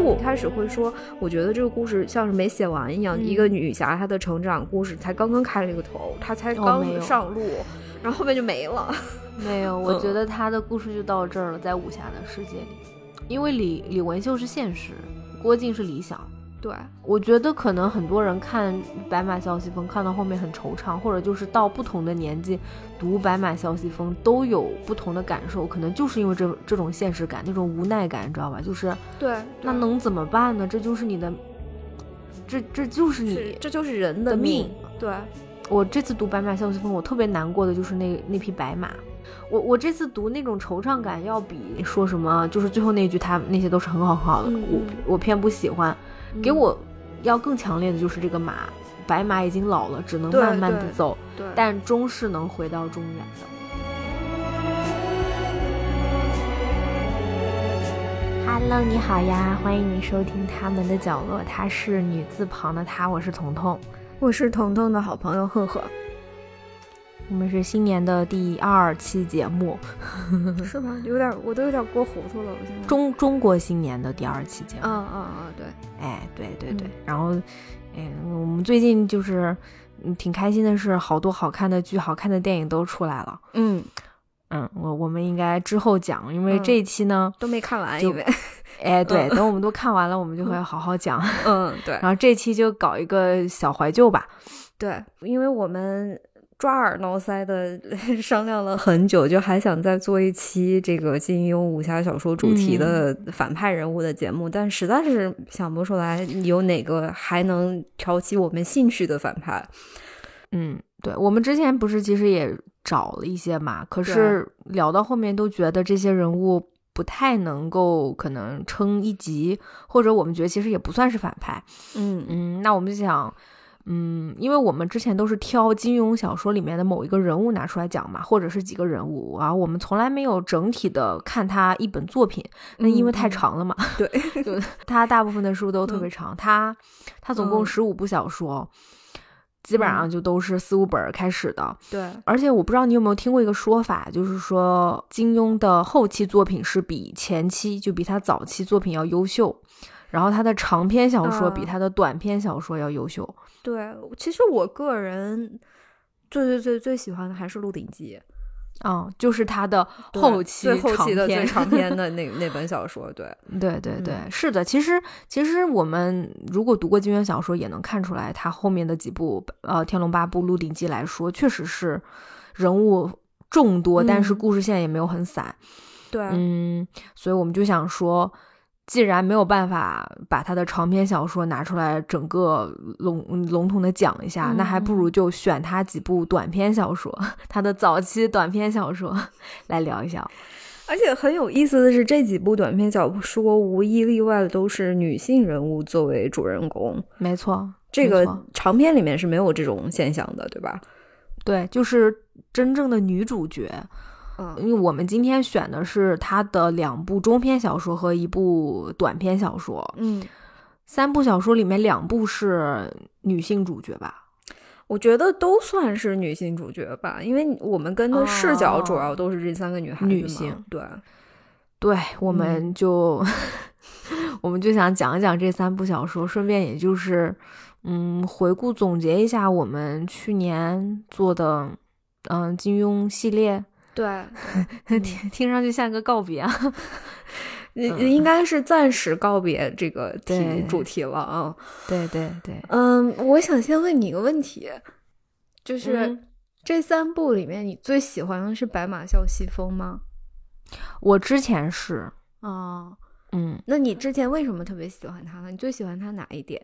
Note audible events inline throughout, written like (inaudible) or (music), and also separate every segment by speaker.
Speaker 1: 我开始会说，我觉得这个故事像是没写完一样，
Speaker 2: 嗯
Speaker 1: 一个女侠她的成长故事才刚刚开了一个头，她才
Speaker 2: 哦
Speaker 1: 刚
Speaker 2: 没有
Speaker 1: 上路，然后后面就没了。 (laughs)
Speaker 2: 没有，我
Speaker 1: 嗯
Speaker 2: 觉得他的故事就到这儿了，在武侠的世界里，因为李李文秀是现实，郭靖是理想。
Speaker 1: 对，
Speaker 2: 我觉得可能很多人看《白马啸西风》看到后面很惆怅，或者就是到不同的年纪读《白马啸西风》都有不同的感受，可能就是因为这这种现实感、那种无奈感，你知道吧？就是
Speaker 1: 对，
Speaker 2: 那能怎么办呢？这就是你的，这这就是
Speaker 1: 是
Speaker 2: 你
Speaker 1: 这就是人
Speaker 2: 的
Speaker 1: 的命
Speaker 2: 命。
Speaker 1: 对，
Speaker 2: 我这次读《白马啸西风》，我特别难过的就是那那匹白马。我我这次读那种惆怅感，要比说什么就是最后那句他那些都是很好很好的，
Speaker 1: 嗯
Speaker 2: 我
Speaker 1: 嗯
Speaker 2: 我偏不喜欢。给
Speaker 1: 嗯
Speaker 2: 我要更强烈的就是这个马，白马已经老了，只能
Speaker 1: 对
Speaker 2: 慢慢的
Speaker 1: 对
Speaker 2: 走，
Speaker 1: 对，
Speaker 2: 但终是能回到中原的。
Speaker 3: Hello，你好呀，欢迎你收听他们的角落，她是女字旁的她，我是彤彤，
Speaker 1: 我是彤彤的好朋友赫赫，
Speaker 2: 我们是新年的第二期节目，
Speaker 1: 是吗？有点，我都有点过糊涂了，我现在。
Speaker 2: 嗯中中国新年的第二期节目。
Speaker 1: 嗯嗯嗯，对，
Speaker 2: 哎，对对
Speaker 1: 嗯
Speaker 2: 对，然后，哎，我们最近就是嗯挺开心的是，好多好看的剧、好看的电影都出来了。
Speaker 1: 嗯，
Speaker 2: 嗯，我我们应该之后讲，因为
Speaker 1: 嗯
Speaker 2: 这一期呢，
Speaker 1: 都没看完，
Speaker 2: 就
Speaker 1: 因为， (laughs)
Speaker 2: 哎，对，等我们都看完了，我们就会好好讲。
Speaker 1: 嗯，对
Speaker 2: 然后这期就搞一个小怀旧吧。
Speaker 1: 对，因为我们抓耳挠腮的 (laughs) 商量了很久，就还想再做一期这个金庸武侠小说主题的
Speaker 2: 嗯
Speaker 1: 反派人物的节目，但实在是想不出来有哪个还能挑起我们兴趣的反派。
Speaker 2: 嗯，对，我们之前不是其实也找了一些嘛，可
Speaker 1: 对
Speaker 2: 是聊到后面都觉得这些人物不太能够可能撑一集，或者我们觉得其实也不算是反派。
Speaker 1: 嗯嗯
Speaker 2: 嗯，那我们就想，嗯，因为我们之前都是挑金庸小说里面的某一个人物拿出来讲嘛，或者是几个人物啊，我们从来没有整体的看他一本作品，那因为太
Speaker 1: 嗯
Speaker 2: 长了嘛，
Speaker 1: 对， (laughs)
Speaker 2: 就他大部分的书都特别长，他他总共
Speaker 1: 嗯
Speaker 2: 十五部小说。基本上就都是四五本儿开始的，
Speaker 1: 对，
Speaker 2: 而且我不知道你有没有听过一个说法，就是说金庸的后期作品是比前期就比他早期作品要优秀，然后他的长篇小说比
Speaker 1: 啊
Speaker 2: 他的短篇小说要优秀。
Speaker 1: 对，其实我个人最最最最喜欢的还是《鹿鼎记》
Speaker 2: 嗯，就是他的
Speaker 1: 对，
Speaker 2: 后期
Speaker 1: 最后
Speaker 2: 长
Speaker 1: 期的最
Speaker 2: 篇。
Speaker 1: 长篇
Speaker 2: (laughs)
Speaker 1: 的那那本小说，对，
Speaker 2: 对对对，是的。其实其实我们如果读过金庸小说，也能看出来，他后面的几部呃《天龙八部》《鹿鼎记》来说，确实是人物众多，但是
Speaker 1: 嗯
Speaker 2: 故事线也没有很散。
Speaker 1: 对，
Speaker 2: 嗯，所以我们就想说，既然没有办法把他的长篇小说拿出来整个笼笼统的讲一下，那还不如就选他几部短篇小说， (laughs) 他的早期短篇小说 (laughs) 来聊一下。
Speaker 1: 而且很有意思的是，这几部短篇小说无一例外的都是女性人物作为主人公，
Speaker 2: 没错，
Speaker 1: 这
Speaker 2: 没
Speaker 1: 个
Speaker 2: 错
Speaker 1: 长篇里面是没有这种现象的，对吧？
Speaker 2: 对，就是真正的女主角。
Speaker 1: 嗯
Speaker 2: 因为我们今天选的是他的两部中篇小说和一部短篇小说，
Speaker 1: 嗯，
Speaker 2: 三部小说里面两部是女性主角吧？
Speaker 1: 我觉得都算是女性主角吧，因为我们跟的视角
Speaker 2: 哦
Speaker 1: 主要都是这三个女孩子嘛
Speaker 2: 女性，
Speaker 1: 对，
Speaker 2: 对，我们
Speaker 1: 嗯
Speaker 2: 就、 (laughs) 我们就想讲一讲这三部小说，顺便也就是嗯回顾总结一下我们去年做的嗯金庸系列， (laughs)
Speaker 1: 对，
Speaker 2: 听听上去像个告别啊。 (laughs)
Speaker 1: 应应该是暂时告别这个
Speaker 2: 对
Speaker 1: 题主题了啊。
Speaker 2: 对对对，
Speaker 1: 嗯，我想先问你一个问题，就是、
Speaker 2: 嗯
Speaker 1: 这三部里面，你最喜欢的是《白马啸西风》吗？
Speaker 2: 我之前是
Speaker 1: 哦，
Speaker 2: 嗯
Speaker 1: 那你之前为什么特别喜欢它呢？你最喜欢它哪一点？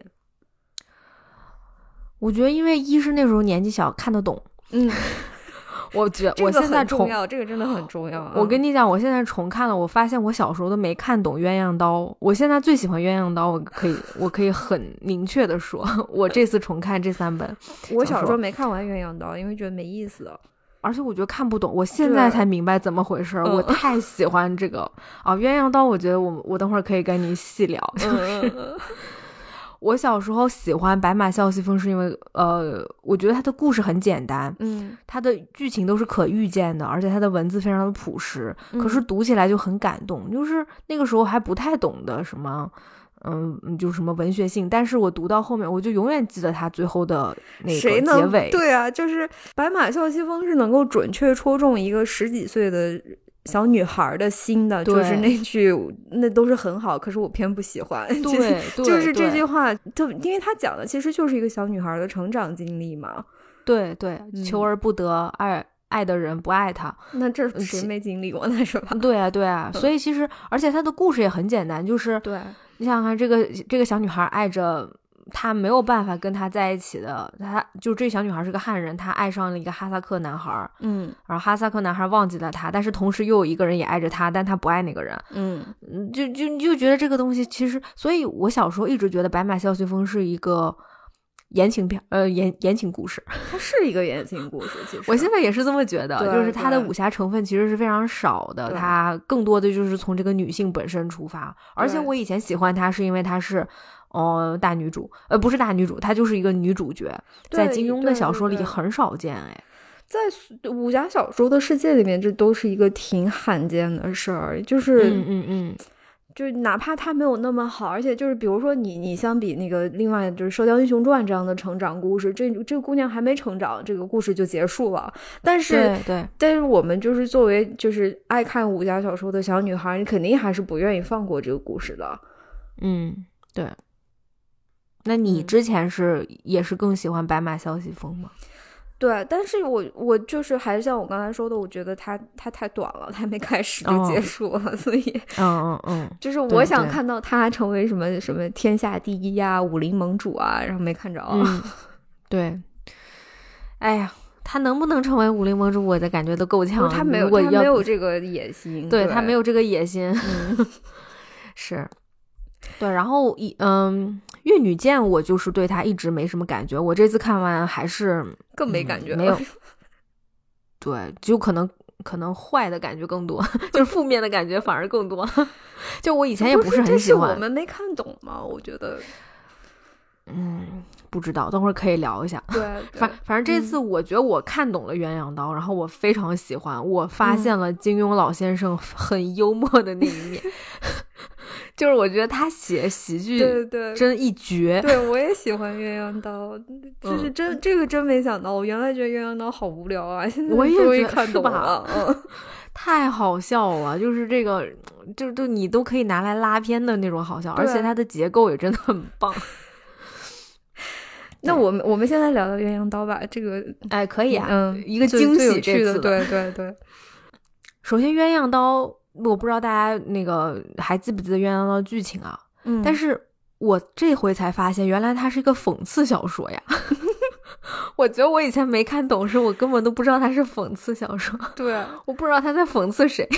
Speaker 2: 我觉得，因为一是那时候年纪小，看得懂。
Speaker 1: 嗯，
Speaker 2: 我觉
Speaker 1: 这
Speaker 2: 我
Speaker 1: 个
Speaker 2: 现在
Speaker 1: 很重
Speaker 2: 重，
Speaker 1: 要，这个真的很重要。啊
Speaker 2: 我跟
Speaker 1: 你，
Speaker 2: 你讲，我现在重看了，我发现我小时候都没看懂《鸳鸯刀》，我现在最喜欢《鸳鸯刀》，我可以，我可以很明确的说， (laughs) 我这次重看这三本，
Speaker 1: 我
Speaker 2: 小
Speaker 1: 小时
Speaker 2: 说
Speaker 1: 候没看完《鸳鸯刀》，因为觉得没意思。
Speaker 2: 而且我觉得看不懂，我现在
Speaker 1: 对
Speaker 2: 才明白怎么回事儿，
Speaker 1: 嗯
Speaker 2: 我太喜欢这个啊，《鸳鸯刀》，我觉得我我等会儿可以跟你细聊。
Speaker 1: 嗯，
Speaker 2: (laughs) 我小时候喜欢《白马啸西风》，是因为呃，我觉得它的故事很简单，
Speaker 1: 嗯，
Speaker 2: 它的剧情都是可预见的，而且它的文字非常的
Speaker 1: 嗯
Speaker 2: 朴实，可是读起来就很感动。就是那个时候还不太懂得什么，嗯，就什么文学性，但是我读到后面，我就永远记得他最后的那个
Speaker 1: 谁
Speaker 2: 结
Speaker 1: 能
Speaker 2: 尾，
Speaker 1: 对啊，就是白马啸西风是能够准确戳中一个十几岁的小女孩的心的，
Speaker 2: 对
Speaker 1: 就是那句那都是很好，可是我偏不喜欢。
Speaker 2: 对，
Speaker 1: 就是
Speaker 2: 对
Speaker 1: 就是这
Speaker 2: 对
Speaker 1: 句话，就因为他讲的其实就是一个小女孩的成长经历嘛。
Speaker 2: 对对，求
Speaker 1: 嗯
Speaker 2: 而不得，爱爱的人不爱他，
Speaker 1: 那这
Speaker 2: 嗯
Speaker 1: 谁
Speaker 2: 其
Speaker 1: 没经历过呢？ (laughs) 是吧？
Speaker 2: 对啊对啊，
Speaker 1: 嗯
Speaker 2: 所以其实而且他的故事也很简单，就是
Speaker 1: 对，
Speaker 2: 你想想看，这个这个小女孩爱着。她没有办法跟他在一起的，她就这小女孩是个汉人，她爱上了一个哈萨克男孩，
Speaker 1: 嗯
Speaker 2: 然后哈萨克男孩忘记了她，但是同时又有一个人也爱着她，但她不爱那个人，
Speaker 1: 嗯
Speaker 2: 嗯，就就就觉得这个东西其实，所以我小时候一直觉得《白马啸西风》是一个言情片，呃，言言情故事。 (laughs)
Speaker 1: 它是一个言情故事，其实
Speaker 2: 我现在也是这么觉得，
Speaker 1: 对
Speaker 2: 就是它的
Speaker 1: 对
Speaker 2: 武侠成分其实是非常少的，
Speaker 1: 对
Speaker 2: 它更多的就是从这个女性本身出发。而且
Speaker 1: 对
Speaker 2: 我以前喜欢她是因为她是。哦，大女主，呃，不是大女主，她就是一个女主角，在
Speaker 1: 对
Speaker 2: 金庸
Speaker 1: 对
Speaker 2: 的小
Speaker 1: 对
Speaker 2: 说里
Speaker 1: 对
Speaker 2: 很少见，哎，
Speaker 1: 在武侠小说的世界里面，这都是一个挺罕见的事儿，就是。
Speaker 2: 嗯嗯嗯，
Speaker 1: 就是哪怕它没有那么好，而且就是比如说你你相比那个另外就是《射雕英雄传》这样的成长故事，这这个姑娘还没成长，这个故事就结束了。但是
Speaker 2: 对对，
Speaker 1: 但是我们就是作为就是爱看武侠小说的小女孩，你肯定还是不愿意放过这个故事的。
Speaker 2: 嗯对。那你
Speaker 1: 嗯
Speaker 2: 之前是、也是更喜欢《白马啸西风》
Speaker 1: (laughs)
Speaker 2: 吗？
Speaker 1: 对，但是我我就是还是像我刚才说的，我觉得它它太短了，它还没开始就
Speaker 2: 哦
Speaker 1: 结束了，所以
Speaker 2: 嗯嗯嗯，
Speaker 1: 就是
Speaker 2: 对
Speaker 1: 我想
Speaker 2: 对
Speaker 1: 看到它成为什么什么天下第一呀、武林盟主啊，然后没看着。
Speaker 2: 嗯，对。哎呀，他能不能成为武林盟主，我的感觉都够
Speaker 1: 不
Speaker 2: 呛。
Speaker 1: 是他没有，
Speaker 2: 如果
Speaker 1: 他
Speaker 2: 要
Speaker 1: 没有这个野心，
Speaker 2: 对
Speaker 1: 对
Speaker 2: 他没
Speaker 1: 有，
Speaker 2: 有这个野心，
Speaker 1: 嗯
Speaker 2: 是。对，然后一嗯，《越女剑》我就是对他一直没什么感觉，我这次看完还是
Speaker 1: 更没
Speaker 2: 嗯
Speaker 1: 感觉了，
Speaker 2: 没有对，就可能可能坏的感觉更多， (laughs) 就是负面的感觉反而更多。 (laughs) 就我以前也
Speaker 1: 不
Speaker 2: 是
Speaker 1: 这
Speaker 2: 很喜
Speaker 1: 是我
Speaker 2: 欢，
Speaker 1: 们没看懂嘛，我觉
Speaker 2: (laughs)
Speaker 1: 得，
Speaker 2: 嗯，不知道，等会儿可以聊一下。
Speaker 1: 对，对
Speaker 2: 反反正这次我觉得我看懂了《鸳鸯刀》然后我非常喜欢，我发现了金庸老先生很幽默的那一面， (laughs) 就是我觉得他写喜剧
Speaker 1: 对对对。
Speaker 2: 真一绝。
Speaker 1: 对，我也喜欢鸳鸯刀，
Speaker 2: 嗯
Speaker 1: 就是真、这个真没想到，我原来觉得鸳鸯刀好无聊啊，现在
Speaker 2: 我也
Speaker 1: 终于
Speaker 2: 觉得
Speaker 1: 看
Speaker 2: 是
Speaker 1: 懂
Speaker 2: 吧 (laughs)
Speaker 1: 了。嗯，
Speaker 2: 太好笑了，就是这个，就就你都可以拿来拉片的那种好笑，而且
Speaker 1: 对
Speaker 2: 它的结构也真的很棒。
Speaker 1: 那我们我们现在聊聊鸳鸯刀吧，这个
Speaker 2: (laughs) 哎，可以啊，
Speaker 1: 嗯，
Speaker 2: 一个
Speaker 1: 最
Speaker 2: 惊
Speaker 1: 最有
Speaker 2: 喜这
Speaker 1: 趣
Speaker 2: 次
Speaker 1: 的，对对对，
Speaker 2: 首先，《鸳鸯刀》，我不知道大家那个还记不记得《鸳鸯刀》的剧情啊？
Speaker 1: 嗯
Speaker 2: 但是我这回才发现，原来它是一个讽刺小说呀。 (laughs) 我觉得我以前没看懂，是我根本都不知道它是讽刺小说，
Speaker 1: 对
Speaker 2: 我不知道他在讽刺谁。 (laughs)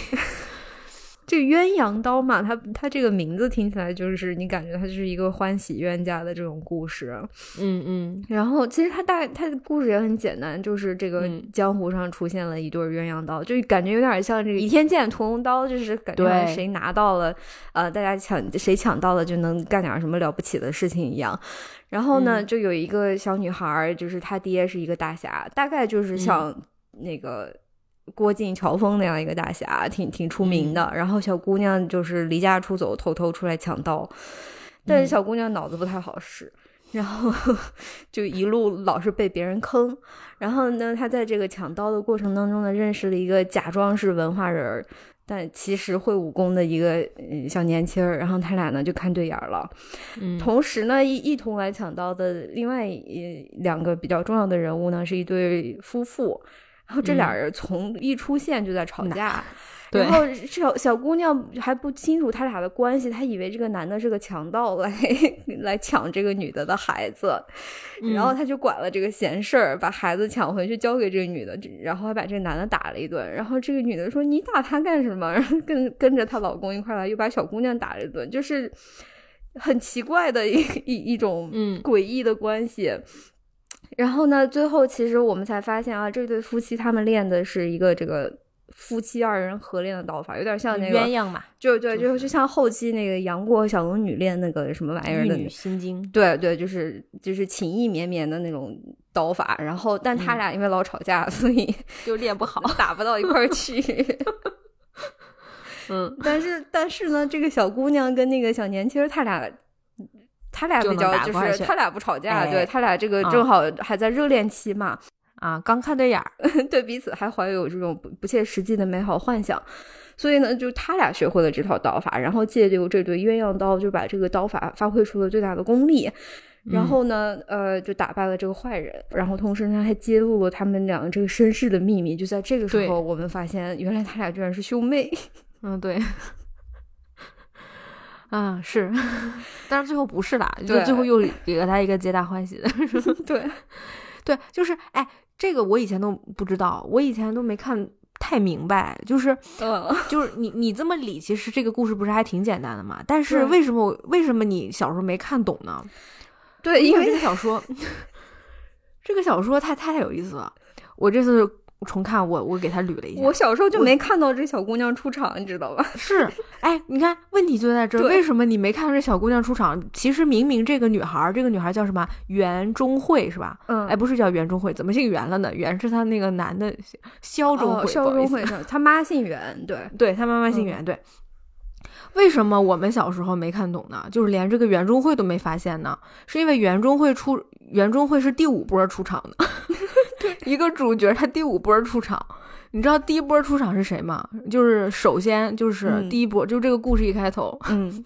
Speaker 1: 这鸳鸯刀嘛，它它这个名字听起来就是你感觉它是一个欢喜冤家的这种故事，啊
Speaker 2: 嗯嗯，
Speaker 1: 然后其实他大他的故事也很简单，就是这个
Speaker 2: 嗯
Speaker 1: 江湖上出现了一对儿鸳鸯刀，就感觉有点像这个倚天剑、屠龙刀，就是感觉好像
Speaker 2: 对
Speaker 1: 谁拿到了，呃，大家抢谁抢到了就能干点什么了不起的事情一样。然后呢，
Speaker 2: 嗯
Speaker 1: 就有一个小女孩儿，就是她爹是一个大侠，大概
Speaker 2: 嗯
Speaker 1: 就是像那个。郭靖、乔峰那样一个大侠，挺挺出名
Speaker 2: 嗯
Speaker 1: 的。然后小姑娘就是离家出走，偷偷出来抢刀，但是
Speaker 2: 嗯
Speaker 1: 小姑娘脑子不太好使，然后 (laughs) 就一路老是被别人坑。然后呢，她在这个抢刀的过程当中呢，认识了一个假装是文化人儿，但其实会武功的一个嗯小年轻儿。然后他俩呢就看对眼儿了。
Speaker 2: 嗯
Speaker 1: 同时呢，一一同来抢刀的另外一两个比较重要的人物呢，是一对夫妇。然后这俩
Speaker 2: 嗯
Speaker 1: 人从一出现就在吵架，
Speaker 2: 对
Speaker 1: 然后小小姑娘还不清楚他俩的关系，她以为这个男的是个强盗来 (laughs) 来抢这个女的的孩子，
Speaker 2: 嗯
Speaker 1: 然后她就管了这个闲事儿，把孩子抢回去交给这个女的，这然后还把这个男的打了一顿。然后这个女的说：“你打他干什么？”然后跟跟着她老公一块儿来，又把小姑娘打了一顿，就是很奇怪的一 (laughs) 一一种
Speaker 2: 嗯
Speaker 1: 诡异的关系。然后呢，最后其实我们才发现啊，这对夫妻他们练的是一个这个夫妻二人合练的刀法，有点像那个，
Speaker 2: 嗯鸳鸯嘛，
Speaker 1: 就对，
Speaker 2: 就
Speaker 1: 就是就像后期那个杨过和小龙女练那个什么玩意儿
Speaker 2: 玉
Speaker 1: 的
Speaker 2: 女心经。
Speaker 1: 对对，就是就是情意绵绵的那种刀法，然后但他
Speaker 2: 嗯
Speaker 1: 俩因为老吵架，所
Speaker 2: (laughs)
Speaker 1: 以
Speaker 2: 就练不好，
Speaker 1: 打不到一块儿
Speaker 2: (laughs)
Speaker 1: 去。 (laughs)
Speaker 2: 嗯
Speaker 1: 但是但是呢，这个小姑娘跟那个小年轻儿，他俩他俩比
Speaker 2: 就能
Speaker 1: 较
Speaker 2: 打
Speaker 1: 就
Speaker 2: 过
Speaker 1: 是
Speaker 2: 去
Speaker 1: 他俩不吵架，
Speaker 2: 哎
Speaker 1: 对他俩这个
Speaker 2: 嗯
Speaker 1: 正好还在热恋期嘛，
Speaker 2: 啊，刚看对眼儿，
Speaker 1: 对彼此还怀有这种不不切实际的美好幻想。所以呢，就他俩学会了这套刀法，然后借由这对鸳鸯刀，就把这个刀法发挥出了最大的功力。
Speaker 2: 嗯
Speaker 1: 然后呢，呃，就打败了这个坏人。然后同时呢，还揭露了他们两个这个身世的秘密。就在这个时
Speaker 2: 对
Speaker 1: 候，我们发现原来他俩居然是兄妹。 (laughs)
Speaker 2: 嗯，对， (laughs) 啊是， (laughs) 但是最后不是啦，就
Speaker 1: 对
Speaker 2: 最后又给了他一个皆大欢喜的，
Speaker 1: 对，
Speaker 2: 对，就是哎，这个我以前都不知道，我以前都没看太明白，就是
Speaker 1: 嗯，
Speaker 2: 就是你你这么理，其实这个故事不是还挺简单的嘛？但是
Speaker 1: 对
Speaker 2: 为什么我为什么你小时候没看懂呢？
Speaker 1: 对，因
Speaker 2: 因为 (laughs) 这
Speaker 1: 为
Speaker 2: 个小说，这个小说它太有意思了。我这次重看我，我给它捋了一下。
Speaker 1: 我小时候就没看到这小姑娘出场，你知道
Speaker 2: (laughs)
Speaker 1: 吧？
Speaker 2: 是，哎，你看问题就在这儿，
Speaker 1: 对
Speaker 2: 为什么你没看到这小姑娘出场？其实明明这个女孩儿，这个女孩儿叫什么？袁中慧是吧？
Speaker 1: 嗯
Speaker 2: 哎，不是叫袁中慧，怎么姓袁了呢？袁是她那个男的肖中
Speaker 1: 哦，
Speaker 2: 慧，
Speaker 1: 肖
Speaker 2: 不好意
Speaker 1: 中
Speaker 2: 思
Speaker 1: 慧上，他妈姓袁，对，
Speaker 2: 对他妈妈姓
Speaker 1: 嗯
Speaker 2: 袁，对。为什么我们小时候没看懂呢？就是连这个袁中慧都没发现呢？是因为袁中慧出袁中慧是第五波出场
Speaker 1: (laughs)
Speaker 2: 的，一个主角他第五波出场。你知道第一波出场是谁吗？就是首先就是
Speaker 1: 嗯
Speaker 2: 第一波，就这个故事一开头
Speaker 1: 嗯，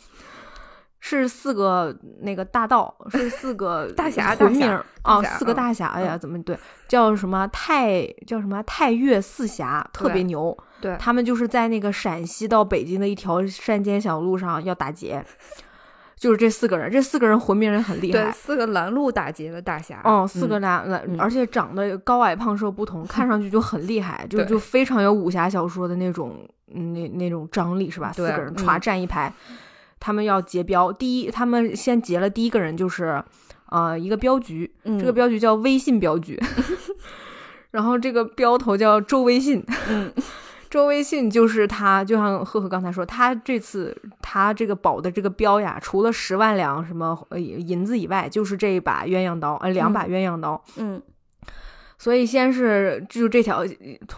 Speaker 2: 是四个那个大盗，是四个
Speaker 1: (laughs) 大侠
Speaker 2: 魂
Speaker 1: 大侠
Speaker 2: 名儿啊，
Speaker 1: 大侠
Speaker 2: 四个
Speaker 1: 嗯
Speaker 2: 大侠，哎呀，怎么对叫什么太叫什么太岳四侠，特别
Speaker 1: 对
Speaker 2: 牛。
Speaker 1: 对，
Speaker 2: 他们就是在那个陕西到北京的一条山间小路上要打劫，就是这四个人，这四个人魂名人很厉
Speaker 1: 对，
Speaker 2: 害。
Speaker 1: 四个拦路打劫的大侠，
Speaker 2: 哦，四个
Speaker 1: 嗯
Speaker 2: 男男，
Speaker 1: 嗯
Speaker 2: 而且长得高矮胖瘦不同，看上去就很厉害，就
Speaker 1: 对
Speaker 2: 就非常有武侠小说的那种嗯那那种张力是吧？四
Speaker 1: 对
Speaker 2: 个人歘
Speaker 1: 嗯
Speaker 2: 站一排，他们要劫镖。第一，他们先劫了第一个人就是呃一个镖局，
Speaker 1: 嗯
Speaker 2: 这个镖局叫微信镖
Speaker 1: (laughs)
Speaker 2: 局，然后这个镖头叫周微信，
Speaker 1: 嗯，
Speaker 2: (laughs) 周微信就是他，就像赫赫刚才说，他这次他这个保的这个镖呀，除了十万两什么呃银子以外，就是这一把鸳鸯刀，呃，两把鸳鸯刀。
Speaker 1: 嗯
Speaker 2: 所以先是就这条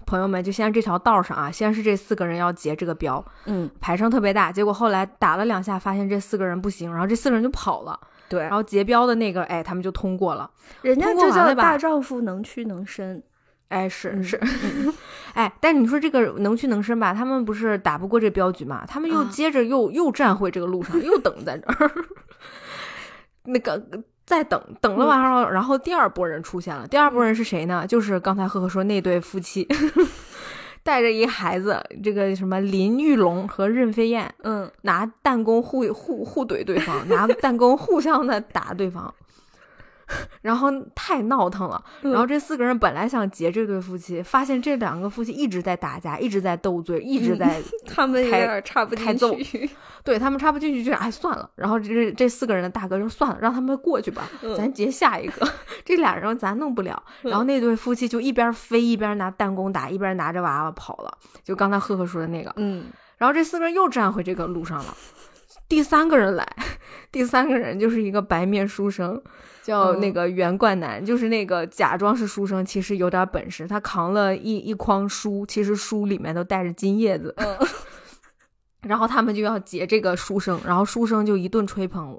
Speaker 2: 朋友们就先这条道上啊，先是这四个人要劫这个镖，
Speaker 1: 嗯，
Speaker 2: 排声特别大，结果后来打了两下，发现这四个人不行，然后这四个人就跑了，
Speaker 1: 对
Speaker 2: 然，后劫镖的那个哎，他们就通过了。
Speaker 1: 人家
Speaker 2: 通过
Speaker 1: 这
Speaker 2: 完
Speaker 1: 叫
Speaker 2: 了吧
Speaker 1: 大丈夫能屈能伸，
Speaker 2: 哎，是
Speaker 1: 嗯
Speaker 2: 是， (laughs) 哎，但你说这个能屈能伸吧？他们不是打不过这镖局嘛？他们又
Speaker 1: 啊
Speaker 2: 接着又、又站回这个路上，又等在这儿， (laughs) 那个再等等
Speaker 1: 嗯
Speaker 2: 了完后，然后第二波人出现了。第二波人是谁呢？就是刚才赫赫说那对夫妻， (laughs) 带着一孩子，这个什么林玉龙和任飞燕，
Speaker 1: 嗯
Speaker 2: 拿弹弓互互互怼对
Speaker 1: (laughs)
Speaker 2: 方，拿弹弓互相的打对方，然后太闹腾了。
Speaker 1: 嗯
Speaker 2: 然后这四个人本来想劫这对夫妻，发现这两个夫妻一直在打架，一直在斗嘴，一
Speaker 1: 嗯
Speaker 2: 直
Speaker 1: (laughs)
Speaker 2: 在、
Speaker 1: 他们有
Speaker 2: 开
Speaker 1: 点插不
Speaker 2: 开
Speaker 1: 进
Speaker 2: 揍
Speaker 1: 去， (laughs)
Speaker 2: 对他们插不进去，就哎算了。然后这这四个人的大哥就说算了，让他们过去吧，
Speaker 1: 嗯
Speaker 2: 咱劫下一个。
Speaker 1: (laughs)
Speaker 2: 这俩人咱弄不了。然后那对夫妻就一边飞一边拿弹弓打，一边拿着娃娃跑了，就刚才赫赫说的那个。
Speaker 1: 嗯
Speaker 2: 然后这四个人又站回这个路上了。第三个人来， (laughs) 第三个人就是一个白面书生，叫
Speaker 1: 嗯
Speaker 2: 那个袁冠南，就是那个假装是书生，其实有点本事。他扛了一一筐书，其实书里面都带着金叶子。
Speaker 1: 嗯，
Speaker 2: (laughs) 然后他们就要劫这个书生，然后书生就一顿吹捧。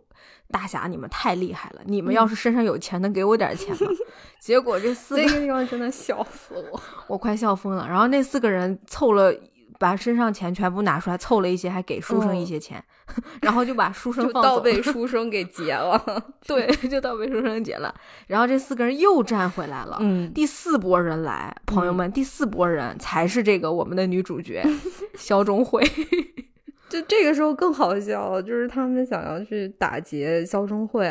Speaker 2: 大侠，你们太厉害了！你
Speaker 1: 嗯
Speaker 2: 们要是身上有钱，能给我点钱吗？ (laughs) 结果这四个
Speaker 1: 那个地方真的笑死我，
Speaker 2: 我快笑疯了。然后那四个人凑了，把身上钱全部拿出来，凑了一些，还给书生一些钱， (laughs) 然后就把
Speaker 1: (laughs)
Speaker 2: 书
Speaker 1: (laughs)
Speaker 2: 生
Speaker 1: 嗯就
Speaker 2: 放
Speaker 1: 倒
Speaker 2: 走。
Speaker 1: 被书生给劫了，
Speaker 2: (laughs) 对，就倒被书生劫了。然后这四个人又站回来了。
Speaker 1: (laughs) 嗯，
Speaker 2: 第四波人来，朋友们，第四波人才是这个我们的女
Speaker 1: (laughs)
Speaker 2: 主角肖钟慧。
Speaker 1: (laughs) 就这个时候更好笑了，就是他们想要去打劫肖钟会，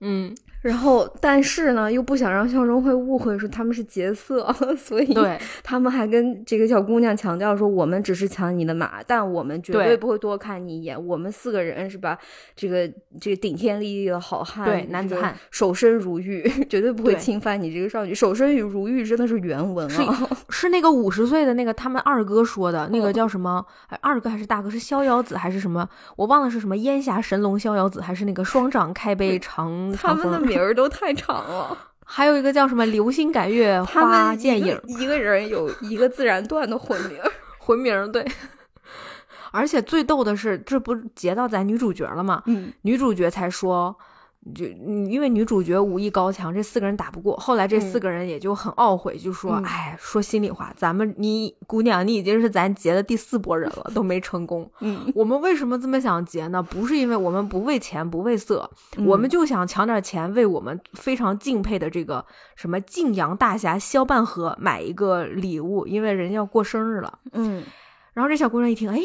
Speaker 2: 嗯，
Speaker 1: 然后但是呢又不想让肖钟会误会说他们是劫色， (laughs) 所以
Speaker 2: 对，
Speaker 1: 他们还跟这个小姑娘强调说，我们只是抢你的马，但我们绝
Speaker 2: 对
Speaker 1: 对不会多看你一眼。我们四个人是吧？这个这个顶天立地的好汉，
Speaker 2: 对男子
Speaker 1: 这个
Speaker 2: 汉
Speaker 1: 守身如玉， (laughs) 绝对不会
Speaker 2: 对
Speaker 1: 侵犯你这个少女。守身如玉真的是原文
Speaker 2: 是
Speaker 1: (laughs) 啊，
Speaker 2: 是那个五十岁的那个他们二哥说的，
Speaker 1: 嗯
Speaker 2: 那个叫什么？哎二哥还是大哥？是逍遥子还是什么？我忘了是什么烟霞神龙逍遥子，还是那个双掌开背长
Speaker 1: 他
Speaker 2: 长
Speaker 1: 们的
Speaker 2: 风？
Speaker 1: 名儿都太长了，
Speaker 2: 还有一个叫什么流星赶月
Speaker 1: (laughs) 他
Speaker 2: 花
Speaker 1: 们
Speaker 2: 剑
Speaker 1: 一
Speaker 2: 影 (laughs)
Speaker 1: 个一个人有一个自然段的混名儿。
Speaker 2: 魂名儿，对。而且最逗的是，这不截到咱女主角了吗？
Speaker 1: 嗯，
Speaker 2: 女主角才说，就嗯因为女主角武艺高强，这四个人打不过。后来这
Speaker 1: 嗯
Speaker 2: 四个人也就很懊悔，就说：“
Speaker 1: 嗯
Speaker 2: 哎，说心里话，咱们你姑娘，你已经是咱劫的第四波人了，都没成功。
Speaker 1: 嗯，
Speaker 2: 我们为什么这么想劫呢？不是因为我们不为钱不为色，
Speaker 1: 嗯
Speaker 2: 我们就想抢点钱，为我们非常敬佩的这个什么晋阳大侠萧半河买一个礼物，因为人家要过生日了。”
Speaker 1: 嗯，
Speaker 2: 然后这小姑娘一听，哎，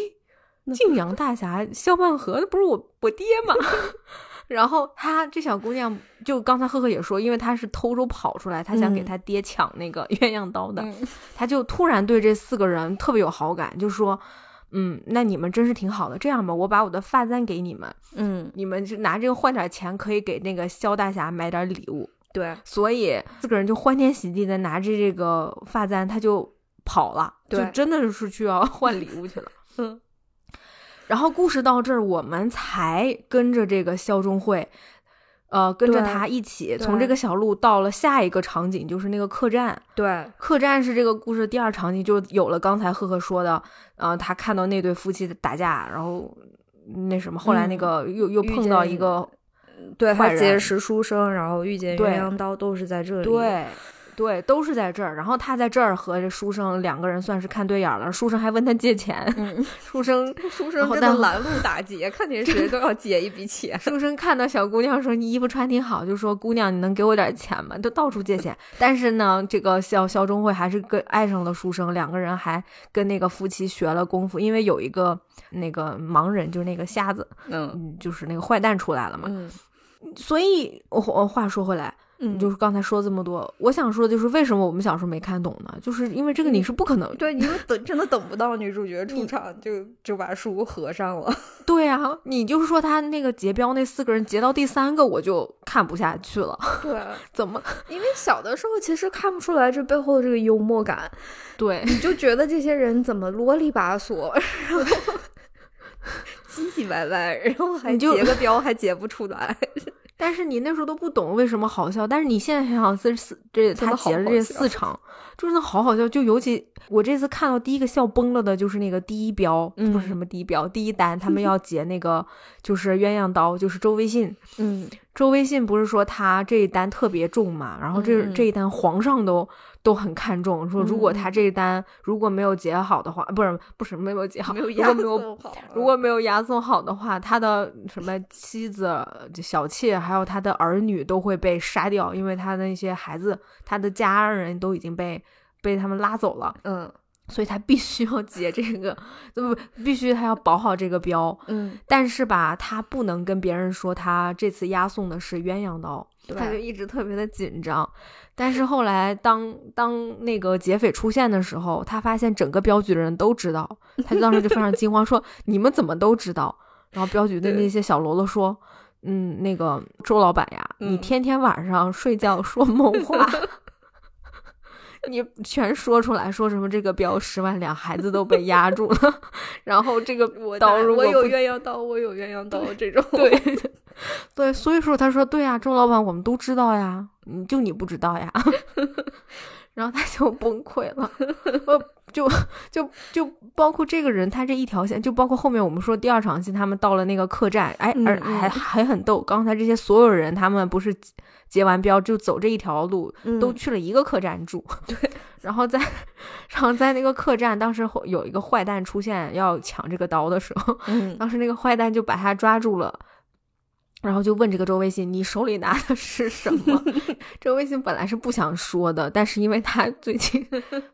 Speaker 2: 晋阳大侠萧半河，那不是我我爹吗？ (laughs) 然后她这小姑娘就刚才赫赫也说，因为她是偷着跑出来，她想给
Speaker 1: 嗯
Speaker 2: 她爹抢那个鸳鸯刀的，
Speaker 1: 嗯
Speaker 2: 她就突然对这四个人特别有好感，就说。嗯，那你们真是挺好的。这样吧，我把我的发簪给你们，
Speaker 1: 嗯，
Speaker 2: 你们就拿这个换点钱，可以给那个萧大侠买点礼物。
Speaker 1: 对
Speaker 2: 所以四个人就欢天喜地的拿着这个发簪，他就跑了，就
Speaker 1: 对
Speaker 2: 真的是
Speaker 1: (laughs)
Speaker 2: 去要换礼物去了。
Speaker 1: 嗯，
Speaker 2: 然后故事到这儿，我们才跟着这个肖钟会，呃，跟着
Speaker 1: 对
Speaker 2: 他一
Speaker 1: 对
Speaker 2: 起从这个小路到了下一个场景，就是那个客栈。
Speaker 1: 对，
Speaker 2: 客栈是这个故事第二场景，就有了刚才赫赫说的，呃，他看到那对夫妻打架，然后那什么，后来那
Speaker 1: 嗯
Speaker 2: 个又、又
Speaker 1: 遇
Speaker 2: 碰到一
Speaker 1: 见
Speaker 2: 个
Speaker 1: 对
Speaker 2: 坏
Speaker 1: 他
Speaker 2: 人
Speaker 1: 结识书生，然后遇见
Speaker 2: 对
Speaker 1: 鸳鸯刀，都是在这里。
Speaker 2: 对，对，都是在这儿。然后他在这儿和这书生两个人算是看对眼儿了，书生还问他借钱，
Speaker 1: 嗯，
Speaker 2: 书生
Speaker 1: 书
Speaker 2: 然
Speaker 1: 生
Speaker 2: 后
Speaker 1: 真的
Speaker 2: 但。
Speaker 1: 拦路打劫，看见谁都要劫一笔钱
Speaker 2: 书生看到小姑娘说你衣服穿挺好，就说姑娘你能给我点钱吗？就到处借钱。但是呢，这个小小钟会还是跟爱上了书生，两个人还跟那个夫妻学了功夫，因为有一个那个盲人就是那个瞎子，
Speaker 1: 嗯
Speaker 2: 嗯，就是那个坏蛋出来了嘛。
Speaker 1: 嗯
Speaker 2: 所以我我话说回来，
Speaker 1: 嗯，
Speaker 2: 就是刚才说这么多，我想说的就是为什么我们小时候没看懂呢？就是因为这个你是不可能
Speaker 1: 嗯对，你又等真的等不到女主角出场，就就把书合上了。 (laughs)
Speaker 2: 对啊，你就是说他那个结标那四个人结到第三个我就看不下去了， (laughs)
Speaker 1: 对，
Speaker 2: 怎么
Speaker 1: 因为小的时候其实看不出来这背后的这个幽默感，
Speaker 2: 对？
Speaker 1: 你就觉得这些人怎么啰里吧嗦，然后 (laughs) 唧唧歪歪，然后还
Speaker 2: 你就
Speaker 1: 结个标还结不出来。
Speaker 2: 但是你那时候都不懂为什么好笑，但是你现在想想这四这
Speaker 1: 真
Speaker 2: 他
Speaker 1: 的好
Speaker 2: 结了
Speaker 1: 好
Speaker 2: 这
Speaker 1: 笑
Speaker 2: 四场，就是好好笑。就尤其我这次看到第一个笑崩了的，就是那个第一标，不是
Speaker 1: 嗯
Speaker 2: 什么第一标，第一单
Speaker 1: (laughs)
Speaker 2: 他们要结那个就是鸳鸯刀，就是周微信。
Speaker 1: (laughs) 嗯，
Speaker 2: 周微信不是说他这一单特别重嘛，然后这、
Speaker 1: 嗯嗯
Speaker 2: 这一单皇上都都很看重，说如果
Speaker 1: 嗯嗯
Speaker 2: 他这一单如果没有结好的话，不是不是没有结好，
Speaker 1: 没有
Speaker 2: 如果
Speaker 1: 压
Speaker 2: 没有
Speaker 1: 缩好，啊
Speaker 2: 如果没有押送好的话，他的什么妻子、小妾还有他的儿女都会被杀掉，因为他的那些孩子、他的家人都已经被被他们拉走了，
Speaker 1: 嗯
Speaker 2: 所以他必须要结这个，不必须他要保好这个标，
Speaker 1: 嗯，
Speaker 2: 但是吧，他不能跟别人说他这次押送的是鸳鸯刀，
Speaker 1: 对
Speaker 2: 他就一直特别的紧张。但是后来当当那个劫匪出现的时候，他发现整个镖局的人都知道，
Speaker 1: (laughs)
Speaker 2: 他当时就非常惊慌，说：“你们怎么都知道？”然后镖局
Speaker 1: 对
Speaker 2: 的那些小喽啰说。嗯，那个周老板呀，
Speaker 1: 嗯
Speaker 2: 你天天晚上睡觉
Speaker 1: (laughs)
Speaker 2: 说梦话， (laughs) 你全说出来，说什么这个镖十万两，孩子都被压住了， (laughs) 然后这个
Speaker 1: 我
Speaker 2: 刀
Speaker 1: 拿
Speaker 2: 如果
Speaker 1: 我有
Speaker 2: 不
Speaker 1: 鸳鸯刀，我有鸳鸯刀这 (laughs) 种。
Speaker 2: 对对，所以说他说对呀、周老板，我们都知道呀，你就你不
Speaker 1: (laughs)
Speaker 2: 知道呀，然后他就崩溃了，呃，就就就包括这个人，他这一条线，就包括后面我们说第二场戏，他们到了那个客栈，哎，而
Speaker 1: 嗯嗯
Speaker 2: 还还很逗，刚才这些所有人他们不是结完标就走这一条路，
Speaker 1: 嗯
Speaker 2: 都去了一个客栈住，对， (laughs) 然后在，然后在那个客栈，当时有一个坏蛋出现要抢这个刀的时候，
Speaker 1: 嗯
Speaker 2: 当时那个坏蛋就把他抓住了，然后就问这个周微信：“你手里拿的是什么？” (laughs) 周微信本来是不想说的，但是因为他最近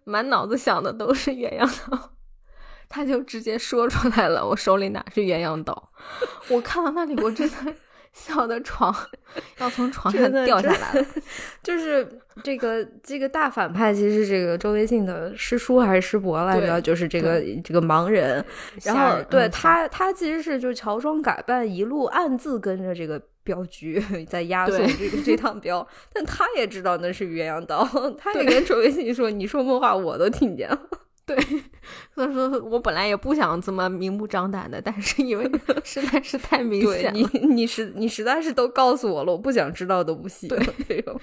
Speaker 2: 满脑子想的都是鸳鸯刀，他就直接说出来了：“我手里拿是鸳鸯刀。”我看到那里，我真的 (laughs) 笑的床要从床上
Speaker 1: 真的
Speaker 2: 掉下
Speaker 1: 真
Speaker 2: 来了。
Speaker 1: 就是这个这个大反派，其实这个周微信的师叔还是师伯来着，
Speaker 2: 对
Speaker 1: 就是这个这个盲人。然
Speaker 2: 吓
Speaker 1: 后
Speaker 2: 人
Speaker 1: 对
Speaker 2: 嗯
Speaker 1: 他，他其实是就乔装改扮，一路暗自跟着这个镖局 (laughs) 在押送
Speaker 2: 对
Speaker 1: 这个这趟镖， (laughs) 但他也知道那是鸳鸯刀，他也跟周微信说：“你说梦话我都听见了。
Speaker 2: 所以说我本来也不想这么明目张胆的，但是因为 (laughs) 实在是太”明
Speaker 1: 对
Speaker 2: 显
Speaker 1: 你
Speaker 2: 了，，
Speaker 1: 你实你实在是都告诉我了，我不想知道都不行。这种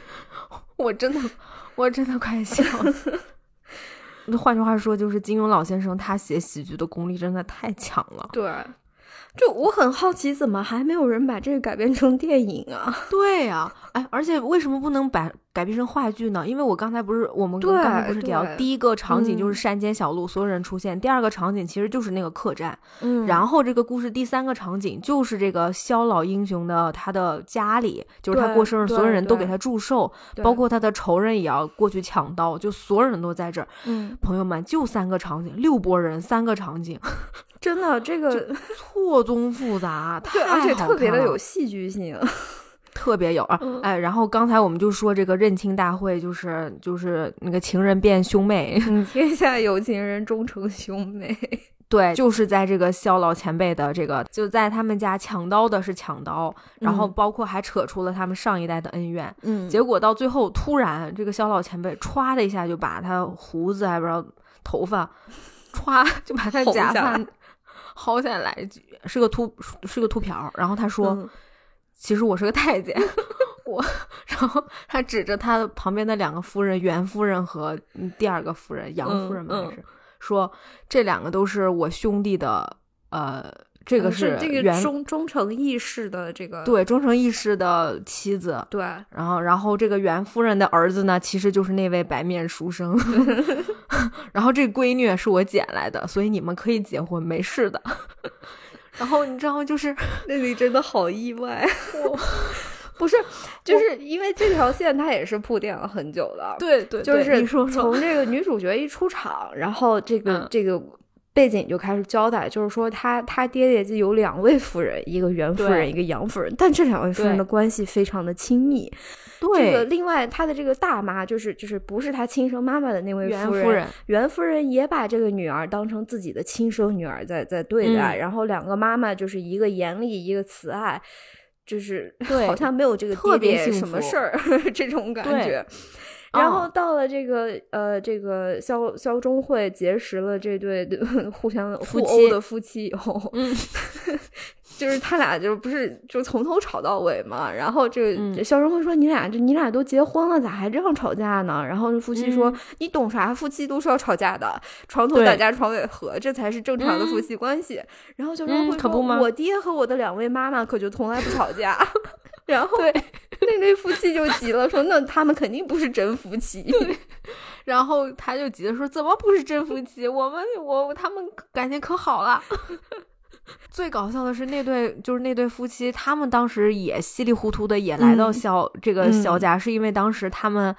Speaker 2: 我真的我真的快笑死。 (laughs) 换句话说，就是金庸老先生他写喜剧的功力真的太强了。
Speaker 1: 对，就我很好奇，怎么还没有人把这个改编成电影啊？
Speaker 2: (laughs) 对呀、哎，而且为什么不能把改编成话剧呢？因为我刚才不是我们
Speaker 1: 对
Speaker 2: 刚才不是聊
Speaker 1: 对
Speaker 2: 第一个场景
Speaker 1: 嗯
Speaker 2: 就是山间小路，所有人出现；第二个场景其实就是那个客栈，
Speaker 1: 嗯
Speaker 2: 然后这个故事第三个场景就是这个肖老英雄的他的家里，就是他
Speaker 1: 对
Speaker 2: 过生日，
Speaker 1: 对
Speaker 2: 所有人都
Speaker 1: 对
Speaker 2: 给他祝寿，包括他的仇人也要过去抢刀，就所有人都在这儿。
Speaker 1: 嗯，
Speaker 2: 朋友们，就三个场景，六拨人，三个场景，
Speaker 1: 真的这个
Speaker 2: 错综复杂，太
Speaker 1: 对，而且
Speaker 2: 好
Speaker 1: 特别
Speaker 2: 看
Speaker 1: 的
Speaker 2: 了
Speaker 1: 有戏剧性。
Speaker 2: 特别有啊，
Speaker 1: 嗯
Speaker 2: 哎，然后刚才我们就说这个认亲大会，就是就是那个情人变兄妹，
Speaker 1: (laughs)
Speaker 2: (laughs)
Speaker 1: 嗯，天下有情人终成兄妹。
Speaker 2: 对，就是在这个肖老前辈的这个，就在他们家抢刀的是抢刀，然后
Speaker 1: 嗯
Speaker 2: 包括还扯出了他们上一代的恩怨，
Speaker 1: 嗯
Speaker 2: 结果到最后突然这个肖老前辈歘的一下就把他胡子还不知道头发，歘就把他
Speaker 1: 薅
Speaker 2: 假
Speaker 1: 下
Speaker 2: 发
Speaker 1: 来
Speaker 2: 薅下来，是个秃是个秃瓢儿，然后他说。
Speaker 1: 嗯
Speaker 2: 其实我是个太监，我，然后他指着他旁边的两个夫人，袁夫人和嗯第二个夫人杨夫人吧，
Speaker 1: 嗯嗯
Speaker 2: 还是、说这两个都是我兄弟的，呃，这个是
Speaker 1: 哦嗯这个
Speaker 2: 袁、
Speaker 1: 忠忠诚义士的这个
Speaker 2: 对忠诚义士的妻子，
Speaker 1: 对，
Speaker 2: 然后，然后这个袁夫人的儿子呢，其实就是那位白面
Speaker 1: (laughs)
Speaker 2: 书生。 (laughs) 然后这闺女是我捡来的，所以你们可以结婚，没事的。 (laughs) 然后你知道，就是
Speaker 1: 那你真的好意外。 (laughs) 不是，就是因为这条线它也是铺垫了很久的，
Speaker 2: 对对
Speaker 1: 就
Speaker 2: 就是是
Speaker 1: 从这个女主角一出场，然后这个、
Speaker 2: 嗯
Speaker 1: 这个背景就开始交代，就是说她她爹爹就有两位夫人，一个袁夫人，
Speaker 2: 对
Speaker 1: 一个杨夫人，但这两位夫人
Speaker 2: 对
Speaker 1: 的关系非常的亲密。
Speaker 2: 对
Speaker 1: 这个另外她的这个大妈就是就是不是她亲生妈妈的那位
Speaker 2: 袁
Speaker 1: 夫
Speaker 2: 夫人，
Speaker 1: 袁夫人也把这个女儿当成自己的亲生女儿在在对待，
Speaker 2: 嗯
Speaker 1: 然后两个妈妈就是一个严厉，一个慈爱，就是
Speaker 2: 对
Speaker 1: 好像没有这个
Speaker 2: 特别
Speaker 1: 爹爹
Speaker 2: 幸
Speaker 1: 什么
Speaker 2: 福
Speaker 1: 事儿 (laughs) 这种感
Speaker 2: 对
Speaker 1: 觉。然后
Speaker 2: 啊
Speaker 1: 到了这个、呃，这个肖肖钟会结识了这对互相互
Speaker 2: 夫
Speaker 1: 殴
Speaker 2: 妻
Speaker 1: 的夫妻以后，
Speaker 2: 嗯，
Speaker 1: 就是他俩就不是就从头吵到尾嘛。然后这
Speaker 2: 嗯
Speaker 1: 这肖钟会说：“你俩这你俩都结婚了，咋还这样吵架呢？”然后这夫妻说：“
Speaker 2: 嗯
Speaker 1: 你懂啥？夫妻都是要吵架的，床头
Speaker 2: 对
Speaker 1: 打架床尾和，这才是正常的夫
Speaker 2: 嗯
Speaker 1: 妻关系。然后肖
Speaker 2: 嗯
Speaker 1: 钟会说：“
Speaker 2: 可不吗
Speaker 1: 我爹和我的两位妈妈可就从来不吵
Speaker 2: (laughs)
Speaker 1: 架。”然后
Speaker 2: 对
Speaker 1: 那对夫妻就急了，说：“那他们肯定不是真夫妻。” (laughs)
Speaker 2: 然后他就急着说：“怎么不是真夫妻？我们我他们感情可好了。” (laughs) 最搞笑的是那对就是那对夫妻，他们当时也稀里糊涂的也来到
Speaker 1: 嗯
Speaker 2: 肖、这个肖
Speaker 1: 嗯
Speaker 2: 家，是因为当时他们。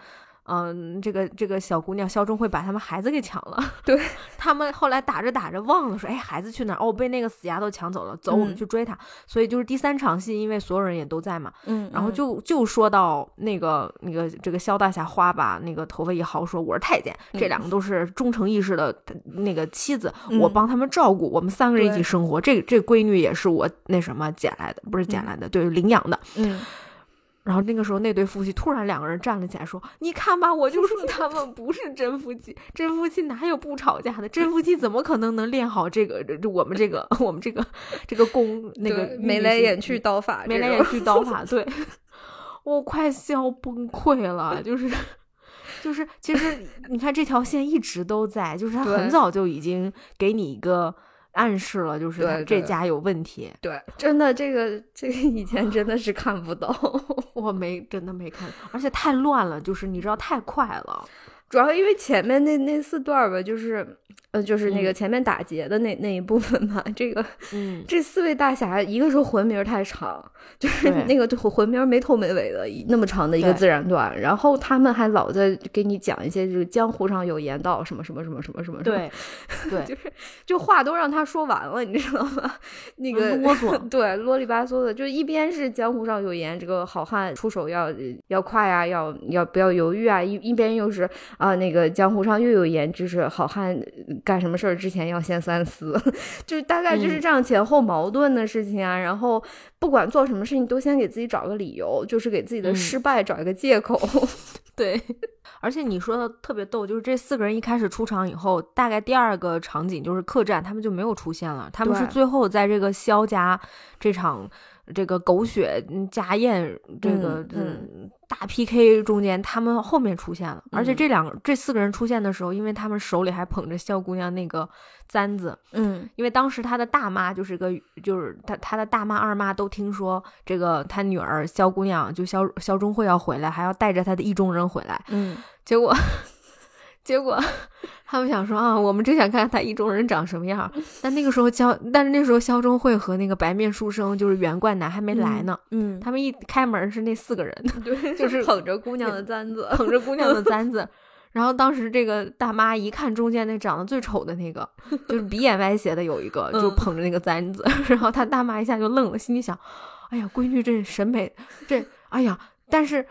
Speaker 2: 嗯，这个这个小姑娘肖钟慧把他们孩子给抢了，
Speaker 1: 对
Speaker 2: (laughs) 他们后来打着打着忘了说，哎，孩子去哪儿？哦，被那个死丫头抢走了，走，我们
Speaker 1: 嗯
Speaker 2: 去追她。所以就是第三场戏，因为所有人也都在嘛，
Speaker 1: 嗯
Speaker 2: 然后就就说到那个那个这个萧大侠花把那个头发一薅，说我是太监，这
Speaker 1: 嗯
Speaker 2: 两个都是忠诚义士的那个妻子，我
Speaker 1: 嗯
Speaker 2: 帮他们照顾，我们三个人一起
Speaker 1: 对
Speaker 2: 生活。这这闺女也是我那什么捡来的，不是捡
Speaker 1: 嗯
Speaker 2: 来的，对，领养的。
Speaker 1: 嗯，
Speaker 2: 然后那个时候，那对夫妻突然两个人站了起来，说：“你看吧，我就说他们不是真夫妻，真夫妻哪有不吵架的？真夫妻怎么可能能练好这个这这我们这个 (laughs) 我们这个这个功那个
Speaker 1: 对
Speaker 2: 女嗯
Speaker 1: 眉来
Speaker 2: 性
Speaker 1: 眼去刀法，
Speaker 2: 眉来眼
Speaker 1: (laughs)
Speaker 2: 去刀法，对 (laughs) 我快笑崩溃了，就是就是，其实你看这条线一直都在，就是他
Speaker 1: 对
Speaker 2: 很早就已经给你一个暗示了，就是
Speaker 1: 对
Speaker 2: 他
Speaker 1: 对
Speaker 2: 这家有问题。 (laughs)
Speaker 1: 对，真的这个这个以前真的是看不懂，
Speaker 2: 我没真的没看，而且太乱了，就是你知道太快了，
Speaker 1: 主要因为前面那那四段儿吧，就是呃就是那个前面打劫的那、那一部分嘛，这个
Speaker 2: 嗯，
Speaker 1: (laughs) 这四位大侠，一个是魂名儿太长，就是
Speaker 2: 对
Speaker 1: 那个魂魂名儿没头没尾的一那么长的一个
Speaker 2: 对
Speaker 1: 自然段，然后他们还老在给你讲一些就是江湖上有言道什么什么什么什么什么什么，
Speaker 2: 对对，
Speaker 1: 就是就话都让他说完了，你知道吗？那个
Speaker 2: 啰嗦
Speaker 1: 对，啰里吧嗦的，就一边是江湖上有言，这个好汉出手要要快啊，要要不要犹豫啊，一一边又是啊、那个江湖上又有言，就是好汉呃干什么事儿之前要先三思， (laughs) 就是大概就是
Speaker 2: 嗯
Speaker 1: 这样前后矛盾的事情啊。然后不管做什么事情，都先给自己找个理由，就是给自己的
Speaker 2: 嗯
Speaker 1: 失败找一个借口。 (laughs)
Speaker 2: 对。而且你说的特别逗，就是这四个人一开始出场以后，大概第二个场景就是客栈，他们就没有出现了，他们是
Speaker 1: 对
Speaker 2: 最后在这个萧家这场这个狗血嗯家宴这个
Speaker 1: 嗯
Speaker 2: 嗯大 PK 中间，他们后面出现了，而且
Speaker 1: 嗯
Speaker 2: 这两个这四个人出现的时候，因为他们手里还捧着萧姑娘那个簪子，
Speaker 1: 嗯
Speaker 2: 因为当时他的大妈就是个，就是他他的大妈二妈都听说这个他女儿萧姑娘就萧萧钟慧要回来，还要带着他的意中人回来，
Speaker 1: 嗯
Speaker 2: 结果 (laughs) 结果他们想说啊，我们真想看看他意中人长什么样儿，但那个时候萧，但是那时候萧钟慧和那个白面书生就是袁冠南还没来呢，
Speaker 1: 嗯，
Speaker 2: 他们一开门是那
Speaker 1: (laughs)
Speaker 2: 四个人，
Speaker 1: 对，
Speaker 2: 就
Speaker 1: 就是是捧着姑娘的簪子，
Speaker 2: 捧着姑娘的簪
Speaker 1: (laughs)
Speaker 2: 子。然后当时这个大妈一看中间那长得最丑的那个，就是鼻眼歪斜的有一
Speaker 1: (laughs)
Speaker 2: 个，就
Speaker 1: 嗯
Speaker 2: 捧着那个簪子。然后她大妈一下就愣了，心里想：哎呀，闺女这审美，这哎呀，但是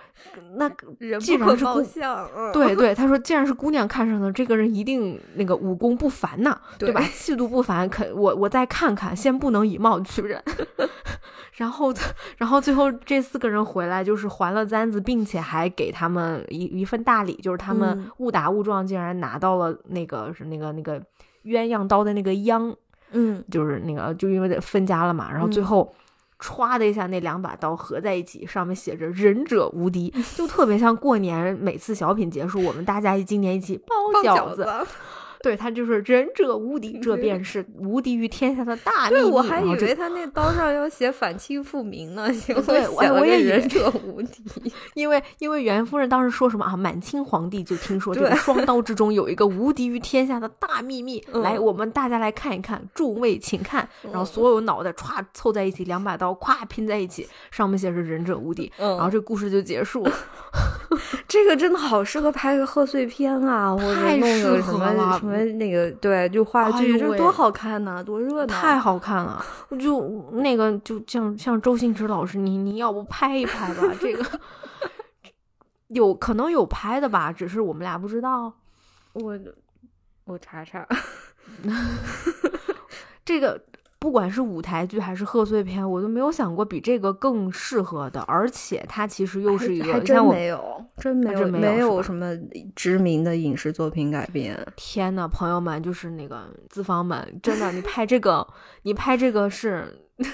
Speaker 2: 那
Speaker 1: 人
Speaker 2: 既
Speaker 1: 不
Speaker 2: 然
Speaker 1: 可
Speaker 2: 是
Speaker 1: 貌
Speaker 2: 姑
Speaker 1: 相，嗯，(laughs)
Speaker 2: 对对，她说既然是姑娘看上的，这个人一定那个武功不凡呐，对
Speaker 1: 对 (laughs)
Speaker 2: 吧？气度不凡，肯我我再看看，先不能以貌取人。 (laughs) 然后，然后最后这四个人回来，就是还了簪子，并且还给他们一一份大礼，就是他们
Speaker 1: 嗯
Speaker 2: 误打误撞竟然拿到了那个是那个那个鸳鸯刀的那个秧，
Speaker 1: 嗯
Speaker 2: 就是那个就因为得分家了嘛，然后最
Speaker 1: 嗯
Speaker 2: 后。歘的一下，那两把刀合在一起，上面写着“仁者无敌”，就特别像过年每次小品结束，我们大家今年一起包
Speaker 1: 包
Speaker 2: 饺
Speaker 1: 饺
Speaker 2: 子，对他就是仁者无敌，这便是无敌于天下的大秘密。
Speaker 1: 嗯对，我还
Speaker 2: 然后
Speaker 1: 以
Speaker 2: 这
Speaker 1: 为他那刀上要写反清复明呢，结果
Speaker 2: 对
Speaker 1: 写
Speaker 2: 我我
Speaker 1: 了个
Speaker 2: 也以为
Speaker 1: 忍者无敌。
Speaker 2: 因为因为袁夫人当时说什么啊，满清皇帝就听说这个
Speaker 1: 对
Speaker 2: 双刀之中有一个无敌于天下的大秘密，
Speaker 1: 嗯
Speaker 2: 来，我们大家来看一看，众位请看。然后
Speaker 1: 嗯
Speaker 2: 所有脑袋歘凑在一起，两把刀咵拼在一起，上面写着仁者无敌，
Speaker 1: 嗯
Speaker 2: 然后这故事就结束了。
Speaker 1: 这个真的好适合拍个贺岁片啊，或者
Speaker 2: 太
Speaker 1: 弄
Speaker 2: 适
Speaker 1: 个什
Speaker 2: 合
Speaker 1: 么
Speaker 2: 了嗯
Speaker 1: 什么那个，对，就话
Speaker 2: 哎呦
Speaker 1: 剧，这
Speaker 2: 喂
Speaker 1: 多好看呐，多热闹！
Speaker 2: 太好看了，我 (laughs) 就那个就像像周星驰老师，你你要不拍一拍吧？这 (laughs) 个有可能有拍的吧，只是我们俩不知道。
Speaker 1: 我我查查，
Speaker 2: 这个不管是舞台剧还是贺岁片，我都没有想过比这个更适合的，而且它其实又是一个
Speaker 1: 还
Speaker 2: 你
Speaker 1: 真
Speaker 2: 像我
Speaker 1: 没有，真没
Speaker 2: 还
Speaker 1: 有，
Speaker 2: 真没有
Speaker 1: 没
Speaker 2: 是吧
Speaker 1: 有什么知名的影视作品改
Speaker 2: (laughs)
Speaker 1: 编。
Speaker 2: 天呐，朋友们，就是那个资方们，真的，你拍这个，你拍这个是。 (laughs)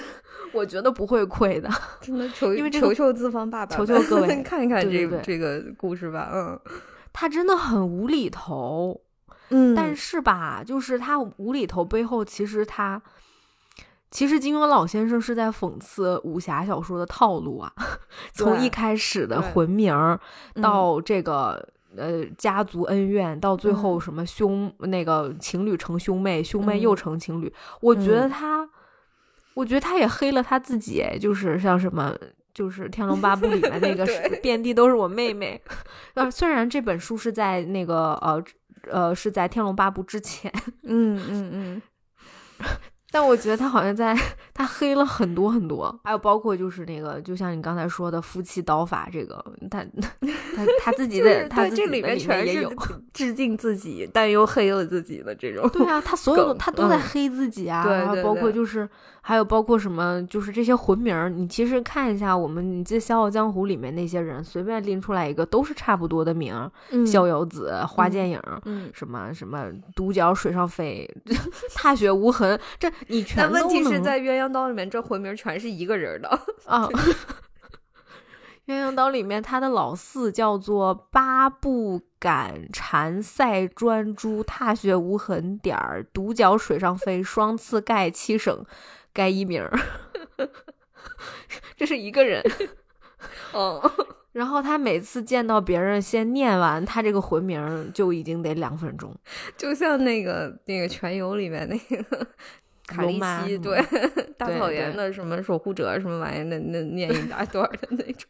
Speaker 2: 我觉得不会亏的，
Speaker 1: 真的求
Speaker 2: 因为这个
Speaker 1: 求求资方爸爸
Speaker 2: 求
Speaker 1: 们，
Speaker 2: 求各位
Speaker 1: (laughs) 看一看
Speaker 2: 对
Speaker 1: 这
Speaker 2: 对对
Speaker 1: 这个故事吧，嗯
Speaker 2: 它真的很无厘头，
Speaker 1: 嗯
Speaker 2: 但是吧，就是他无厘头背后，其实他，其实金庸老先生是在讽刺武侠小说的套路啊， (laughs) 从
Speaker 1: 对
Speaker 2: 一开始的
Speaker 1: 对
Speaker 2: 魂名儿
Speaker 1: 嗯
Speaker 2: 到这个。呃，家族恩怨到最后
Speaker 1: 嗯
Speaker 2: 什么兄、那个情侣成兄妹，兄妹
Speaker 1: 嗯
Speaker 2: 又成情侣，我觉得
Speaker 1: 嗯
Speaker 2: 他，我觉得他也黑了他自己，哎就是像什么，就是《天龙八部》里面那个是
Speaker 1: 对
Speaker 2: 遍地都是我妹妹，呃，虽然这本书是在那个呃呃是在《天龙八部》之前，
Speaker 1: 嗯嗯嗯，
Speaker 2: 但我觉得他好像在他黑了很多很多，还有包括就是那个，就像你刚才说的夫妻刀法这个，他 (laughs) 他他自己
Speaker 1: 就
Speaker 2: 的
Speaker 1: 是
Speaker 2: 他
Speaker 1: 对
Speaker 2: 自己
Speaker 1: 这
Speaker 2: 的
Speaker 1: 里面全
Speaker 2: 也
Speaker 1: 是
Speaker 2: 有。 (laughs)
Speaker 1: 致敬自己，但又黑了自己的这种。(laughs)
Speaker 2: 对啊，他所有的
Speaker 1: 梗
Speaker 2: 他都在
Speaker 1: 嗯
Speaker 2: 黑自己啊，
Speaker 1: 对
Speaker 2: 然后
Speaker 1: 对
Speaker 2: 包括
Speaker 1: 对
Speaker 2: 就是还有包括什么，就是这些魂名儿，你其实看一下我们你这《笑傲江湖》里面那些人，随便拎出来一个都是差不多的名儿，
Speaker 1: (laughs) 嗯
Speaker 2: 逍遥子、花剑影儿，
Speaker 1: 嗯，
Speaker 2: 什么什么独角水上飞， (laughs) 踏雪无痕，这你全
Speaker 1: 但
Speaker 2: 都
Speaker 1: 问题是
Speaker 2: 能
Speaker 1: 在《鸳鸯刀》里面，这魂名全是一个人
Speaker 2: (laughs)
Speaker 1: 的。
Speaker 2: 啊。鸳鸯岛里面，他的老四叫做八步赶蝉赛专诸踏雪无痕点儿独角水上飞双刺盖七省盖一名儿， (laughs) 这是一个人。
Speaker 1: 嗯，
Speaker 2: 然后他每次见到别人，先念完他这个魂名儿就已经得两分钟。
Speaker 1: 就像那个那个《全游》里面那个卡
Speaker 2: 龙
Speaker 1: 利
Speaker 2: 妈
Speaker 1: 西，
Speaker 2: 是吗
Speaker 1: 对 (laughs) 大
Speaker 2: 对
Speaker 1: 草
Speaker 2: 对
Speaker 1: 原的什么守护者什么玩意儿，那那念一大段儿的那种。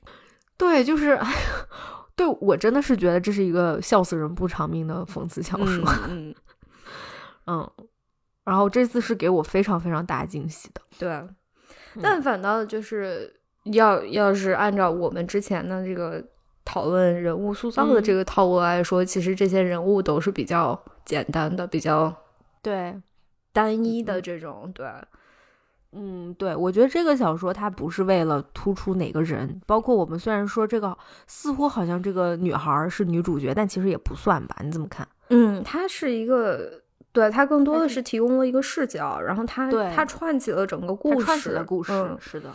Speaker 2: 对，就是，哎呀，对我真的是觉得这是一个笑死人不偿命的讽刺小说，
Speaker 1: 嗯，嗯
Speaker 2: 嗯然后这次是给我非常非常大惊喜的，
Speaker 1: 对。啊
Speaker 2: 嗯
Speaker 1: 但反倒就是要要是按照我们之前的这个讨论人物塑造的
Speaker 2: 嗯
Speaker 1: 这个套路来说，其实这些人物都是比较简单的、比较
Speaker 2: 对，
Speaker 1: 单一的这种。对，
Speaker 2: 嗯，对，我觉得这个小说它不是为了突出哪个人，包括我们虽然说这个似乎好像这个女孩儿是女主角，但其实也不算吧？你怎么看？
Speaker 1: 嗯，它是一个。对它更多
Speaker 2: 它
Speaker 1: 的
Speaker 2: 是
Speaker 1: 是提供了一个视角，然后它
Speaker 2: 对
Speaker 1: 它串起了整个
Speaker 2: 它
Speaker 1: 故事，
Speaker 2: 串起了故事，
Speaker 1: 嗯
Speaker 2: 是的，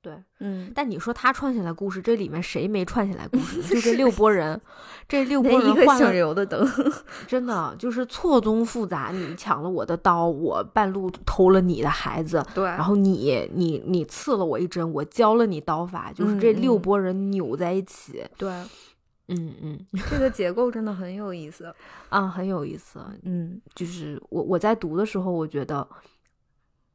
Speaker 2: 对，
Speaker 1: 嗯，
Speaker 2: 但你说他串起来故事，这里面谁没串起来故 (laughs) 事呢？就这六拨人，这六拨
Speaker 1: 那嗯一
Speaker 2: 人
Speaker 1: 个
Speaker 2: 换
Speaker 1: 姓
Speaker 2: 了，
Speaker 1: 刘的
Speaker 2: (laughs)
Speaker 1: 灯，
Speaker 2: 真的就是错综复杂。你抢了我的刀，我半路偷了你的孩子，
Speaker 1: 对，
Speaker 2: 然后你你你刺了我一针，我教了你刀法，就是这
Speaker 1: 嗯
Speaker 2: 六
Speaker 1: 嗯
Speaker 2: 拨人扭在一起，
Speaker 1: 对，啊
Speaker 2: 嗯嗯
Speaker 1: 这个结构真的很有意思。
Speaker 2: 啊，很有意思。
Speaker 1: 嗯
Speaker 2: 就是我我在读的时候，我觉得，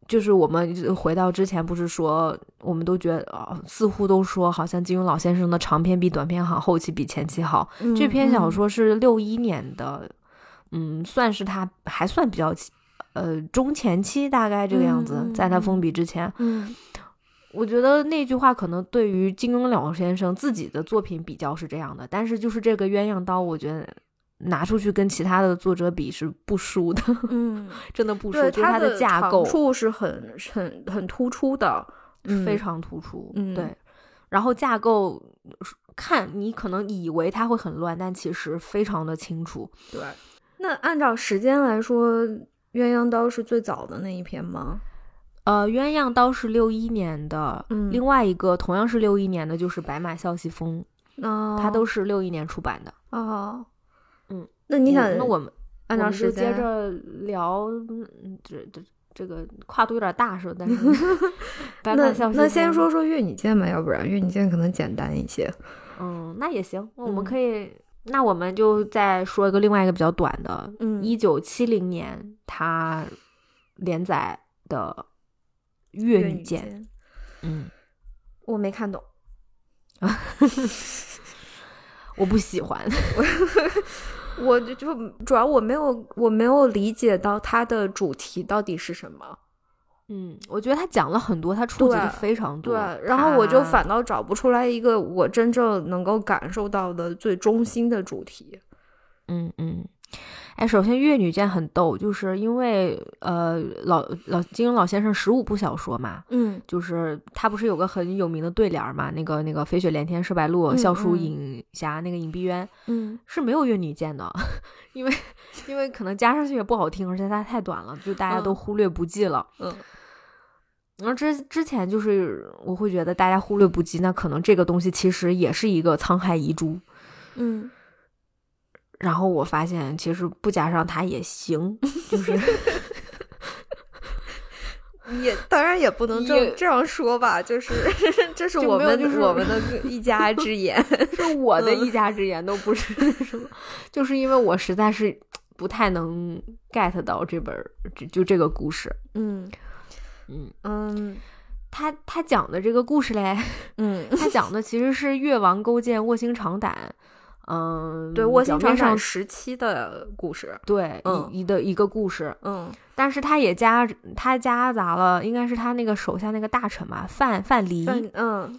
Speaker 2: 就是我们就回到之前，不是说我们都觉得、哦似乎都说好像金庸老先生的长篇比短篇好，后期比前期好。
Speaker 1: 嗯
Speaker 2: 这篇小说是六一年的，嗯，算是他还算比较起，呃，中前期大概这个样子，
Speaker 1: 嗯嗯
Speaker 2: 在他
Speaker 1: 嗯
Speaker 2: 封笔之前，
Speaker 1: 嗯，
Speaker 2: 我觉得那句话可能对于金庸老先生自己的作品比较是这样的，但是就是这个鸳鸯刀，我觉得拿出去跟其他的作者比是不输的， (laughs)
Speaker 1: 嗯，
Speaker 2: 真的不输，
Speaker 1: 对，
Speaker 2: 就是它
Speaker 1: 的
Speaker 2: 架
Speaker 1: 长
Speaker 2: 构
Speaker 1: 处是很很很突出的，
Speaker 2: 是非
Speaker 1: 嗯
Speaker 2: 常突出，
Speaker 1: 嗯
Speaker 2: 对，然后架构看你可能以为它会很乱，但其实非常的清楚，
Speaker 1: 对。那按照时间来说，《鸳鸯刀》是最早的那一篇吗？
Speaker 2: 呃，鸳鸯刀是六一年的，
Speaker 1: 嗯
Speaker 2: 另外一个同样是六一年的就是《白马啸西风》，
Speaker 1: 哦，
Speaker 2: 嗯它都是六一年出版的。
Speaker 1: 哦，
Speaker 2: 嗯，
Speaker 1: 那你想，
Speaker 2: 那我们
Speaker 1: 按
Speaker 2: 我
Speaker 1: 照
Speaker 2: 们就
Speaker 1: 时
Speaker 2: 接
Speaker 1: 间，
Speaker 2: 着聊，嗯，这这这个跨度有点大是吧，但 (laughs) 是白马
Speaker 1: 那
Speaker 2: 啸西
Speaker 1: 那先
Speaker 2: 风
Speaker 1: 说，说《越女剑》吧，要不然《越女剑》可能简单一些。
Speaker 2: 嗯，那也行，我
Speaker 1: 嗯
Speaker 2: 们可以，那我们就再说一个另外一个比较短的，
Speaker 1: 嗯
Speaker 2: 一九七零年他连载的《越女剑》，
Speaker 1: 剑
Speaker 2: 嗯，
Speaker 1: 我没看懂，
Speaker 2: 我不喜欢，
Speaker 1: 我就就主要我没有我没有理解到它的主题到底是什么。
Speaker 2: (laughs) 嗯，我觉得他讲了很多，他触及
Speaker 1: 对
Speaker 2: 的非常
Speaker 1: 对
Speaker 2: 多，，
Speaker 1: 然后我就
Speaker 2: 它
Speaker 1: 反倒找不出来一个我真正能够感受到的最中心的主题。
Speaker 2: 嗯嗯，哎，首先《越女剑》很逗，就是因为呃，老老金庸老先生十五部小说嘛，
Speaker 1: 嗯
Speaker 2: 就是他不是有个很有名的对联儿嘛，那个那个“飞雪连天射白鹿，
Speaker 1: 嗯
Speaker 2: 笑书
Speaker 1: 嗯
Speaker 2: 隐霞”，那个尹碧鸳
Speaker 1: 嗯，
Speaker 2: 是没有《越女剑》的， (laughs) 因为因为可能加上去也不好听，而且它太短了，就大家都
Speaker 1: 嗯
Speaker 2: 忽略不计了。
Speaker 1: 嗯
Speaker 2: 然后之之前就是我会觉得大家忽略不计，那可能这个东西其实也是一个沧海遗珠，
Speaker 1: 嗯，
Speaker 2: 然后我发现其实不加上它也行，就是。
Speaker 1: 也当然也不能
Speaker 2: 也
Speaker 1: 这这样说吧，就是 (laughs) 这是
Speaker 2: 就
Speaker 1: 我
Speaker 2: 没有
Speaker 1: 们、
Speaker 2: 就是
Speaker 1: 我们的一家之
Speaker 2: (laughs)
Speaker 1: 言。
Speaker 2: 是我的
Speaker 1: 嗯
Speaker 2: 一家之言都不是什么，就是因为我实在是不太能 get 到这本儿就就这个故事。
Speaker 1: 嗯
Speaker 2: 嗯，
Speaker 1: 嗯
Speaker 2: 他他讲的这个故事嘞，
Speaker 1: 嗯，
Speaker 2: 他讲的其实是越王勾践卧薪尝胆，
Speaker 1: (laughs)
Speaker 2: 嗯，
Speaker 1: 对，卧薪
Speaker 2: 表面
Speaker 1: 尝胆
Speaker 2: 上
Speaker 1: 时期的故事。
Speaker 2: 对、
Speaker 1: 嗯
Speaker 2: 一一的一个故事，
Speaker 1: 嗯
Speaker 2: 但是他也夹他夹杂了，应该是他那个手下那个大臣嘛，范范蠡，
Speaker 1: 嗯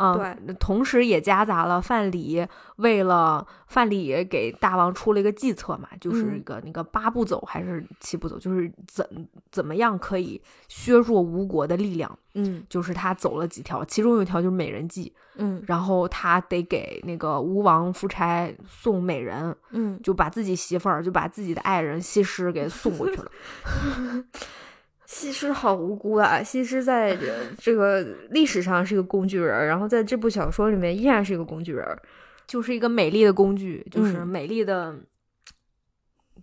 Speaker 1: 嗯
Speaker 2: 嗯，同时也夹杂了范蠡为了范蠡给大王出了一个计策嘛，就是
Speaker 1: 嗯
Speaker 2: 一个那个八步走还是七步走，就是怎怎么样可以削弱吴国的力量，
Speaker 1: 嗯
Speaker 2: 就是他走了几条，其中有一条就是美人计，
Speaker 1: 嗯
Speaker 2: 然后他得给那个吴王夫差送美人，
Speaker 1: 嗯，
Speaker 2: 就把自己媳妇儿就把自己的爱人西施给送过去了，
Speaker 1: 西施好无辜啊！西施在这这个历史上是一个工具人儿，然后在这部小说里面依然是一个工具人儿。
Speaker 2: 就是一个美丽的工具，就是
Speaker 1: 嗯
Speaker 2: 美丽的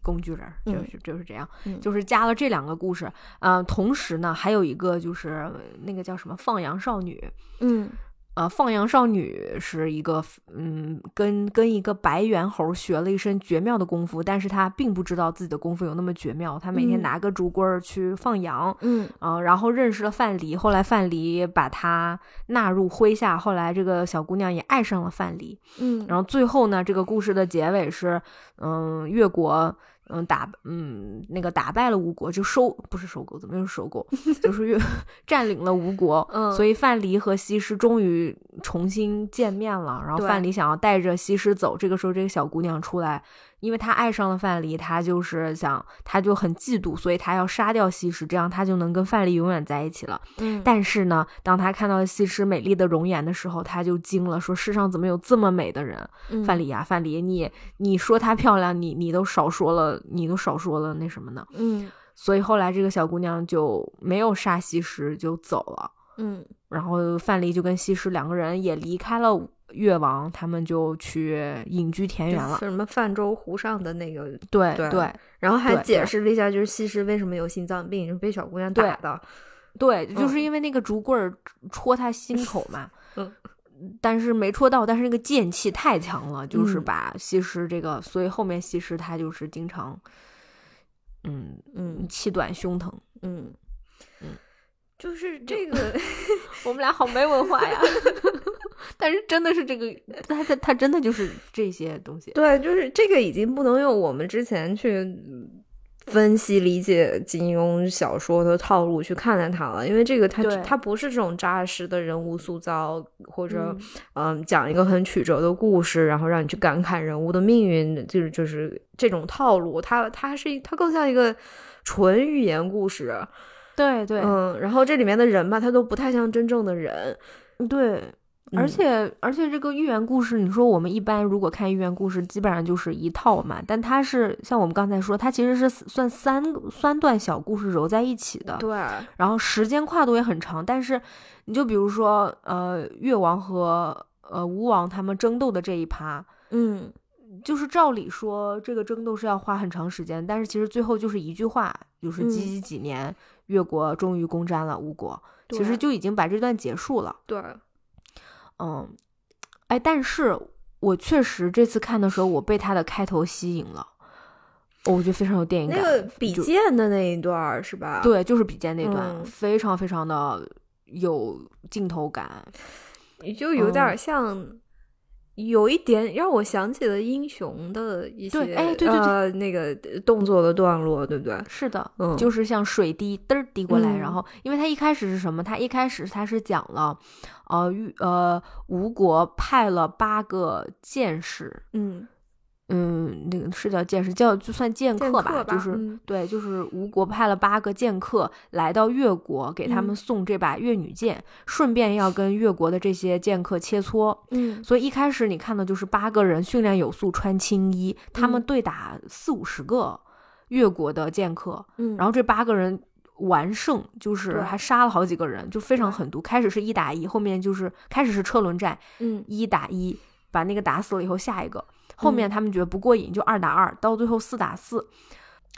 Speaker 2: 工具人儿，就
Speaker 1: 嗯
Speaker 2: 是就是这样，
Speaker 1: 嗯
Speaker 2: 就是加了这两个故事，呃，同时呢，还有一个就是呃那个叫什么放羊少女，
Speaker 1: 嗯
Speaker 2: 呃，放羊少女是一个，嗯，跟跟一个白猿猴学了一身绝妙的功夫，但是她并不知道自己的功夫有那么绝妙，她每天
Speaker 1: 嗯
Speaker 2: 拿个竹棍儿去放羊，
Speaker 1: 嗯
Speaker 2: 嗯，然后认识了范蠡，后来范蠡把她纳入麾下，后来这个小姑娘也爱上了范蠡，
Speaker 1: 嗯
Speaker 2: 然后最后呢，这个故事的结尾是，嗯，越国，嗯打，嗯那个打败了吴国，就收不是收购，怎么又是收
Speaker 1: (laughs)
Speaker 2: 购？就是越占领了吴国，
Speaker 1: 嗯
Speaker 2: 所以范蠡和西施终于重新见面了。然后
Speaker 1: 对
Speaker 2: 范蠡想要带着西施走，这个时候这个小姑娘出来，因为她爱上了范蠡，她就是想，她就很嫉妒，所以她要杀掉西施，这样她就能跟范蠡永远在一起了。
Speaker 1: 嗯
Speaker 2: 但是呢，当他看到西施美丽的容颜的时候，他就惊了，说世上怎么有这么美的人？
Speaker 1: 嗯
Speaker 2: 范蠡呀，范蠡，你你说她漂亮，你你都少说了，你都少说了那什么呢？
Speaker 1: 嗯
Speaker 2: 所以后来这个小姑娘就没有杀西施，就走了。
Speaker 1: 嗯
Speaker 2: 然后范蠡就跟西施两个人也离开了越王，他们就去隐居田园了
Speaker 1: 是。什么泛舟湖上的那个，
Speaker 2: 对
Speaker 1: 对
Speaker 2: 对
Speaker 1: 然后还
Speaker 2: 对
Speaker 1: 解
Speaker 2: 对
Speaker 1: 释了一下，就是西施为什么有心脏病，是被小姑娘打的。
Speaker 2: 对，就是
Speaker 1: 嗯。
Speaker 2: 因为那个竹棍儿戳他心口嘛
Speaker 1: (laughs) 嗯。
Speaker 2: 但是没戳到，但是那个剑气太强了，就是
Speaker 1: 嗯
Speaker 2: 把西施这个，所以后面西施她就是经常，嗯，
Speaker 1: 嗯
Speaker 2: 气短胸疼。
Speaker 1: 嗯
Speaker 2: 嗯，
Speaker 1: 就是这个 (laughs)
Speaker 2: 我们俩好没文化呀！ (laughs) 但是真的是这个，他他他真的就是这些东西。
Speaker 1: 对，就是这个已经不能用我们之前去分析理解金庸小说的套路去看待它了，因为这个它
Speaker 2: 对
Speaker 1: 它不是这种扎实的人物塑造，或者
Speaker 2: 嗯
Speaker 1: 嗯讲一个很曲折的故事，然后让你去感慨人物的命运，就是就是这种套路，它它是它更像一个纯寓言故事，
Speaker 2: 对对
Speaker 1: 嗯，然后这里面的人吧，他都不太像真正的人，
Speaker 2: 对，而
Speaker 1: 嗯
Speaker 2: 且而且这个寓言故事，你说我们一般如果看寓言故事，基本上就是一套嘛，但它是像我们刚才说，它其实是算三三段小故事揉在一起的，
Speaker 1: 对，
Speaker 2: 然后时间跨度也很长。但是你就比如说，呃，越王和呃吴王他们争斗的这一趴，
Speaker 1: 嗯，
Speaker 2: 就是照理说这个争斗是要花很长时间，但是其实最后就是一句话，就是
Speaker 1: 嗯
Speaker 2: 几几几年，越国终于攻占了吴国，其
Speaker 1: 对
Speaker 2: 实就已经把这段结束了。
Speaker 1: 对，
Speaker 2: 嗯，哎，但是我确实这次看的时候，我被它的开头吸引了，我觉得非常有电影
Speaker 1: 那
Speaker 2: 感。
Speaker 1: 个比
Speaker 2: 就
Speaker 1: 剑的那一段儿是吧？。
Speaker 2: 对，就是比肩那段，
Speaker 1: 嗯
Speaker 2: 非常非常的有镜头感。
Speaker 1: 也就有
Speaker 2: 嗯
Speaker 1: 点儿像，有一点让我想起了英雄的一些，
Speaker 2: 对哎对对对
Speaker 1: 呃，那个动作的段落，对不对？
Speaker 2: 是的，
Speaker 1: 嗯
Speaker 2: 就是像水滴嘚儿滴过来，
Speaker 1: 嗯
Speaker 2: 然后因为他一开始是什么？他一开始他是讲了，呃，玉呃吴国派了八个剑士，
Speaker 1: 嗯，
Speaker 2: 嗯，那个是叫剑士，叫就算剑
Speaker 1: 剑
Speaker 2: 客吧，
Speaker 1: 客吧
Speaker 2: 就是、
Speaker 1: 嗯
Speaker 2: 对，就是吴国派了八个剑客来到越国，给他
Speaker 1: 嗯
Speaker 2: 们送这把越女剑，顺便要跟越国的这些剑客切磋。
Speaker 1: 嗯
Speaker 2: 所以一开始你看到就是八个人训练有素，穿青衣，他们
Speaker 1: 嗯
Speaker 2: 对打四五十个越国的剑客，
Speaker 1: 嗯
Speaker 2: 然后这八个人完胜，就是
Speaker 1: 对
Speaker 2: 还杀了好几个人，就非常
Speaker 1: 对
Speaker 2: 狠毒。开始是一打一，后面就是开始是车轮战，
Speaker 1: 嗯
Speaker 2: 一打一把那个打死了以后，下一个，后面他们觉得不过瘾，就二打二，到最后四打四。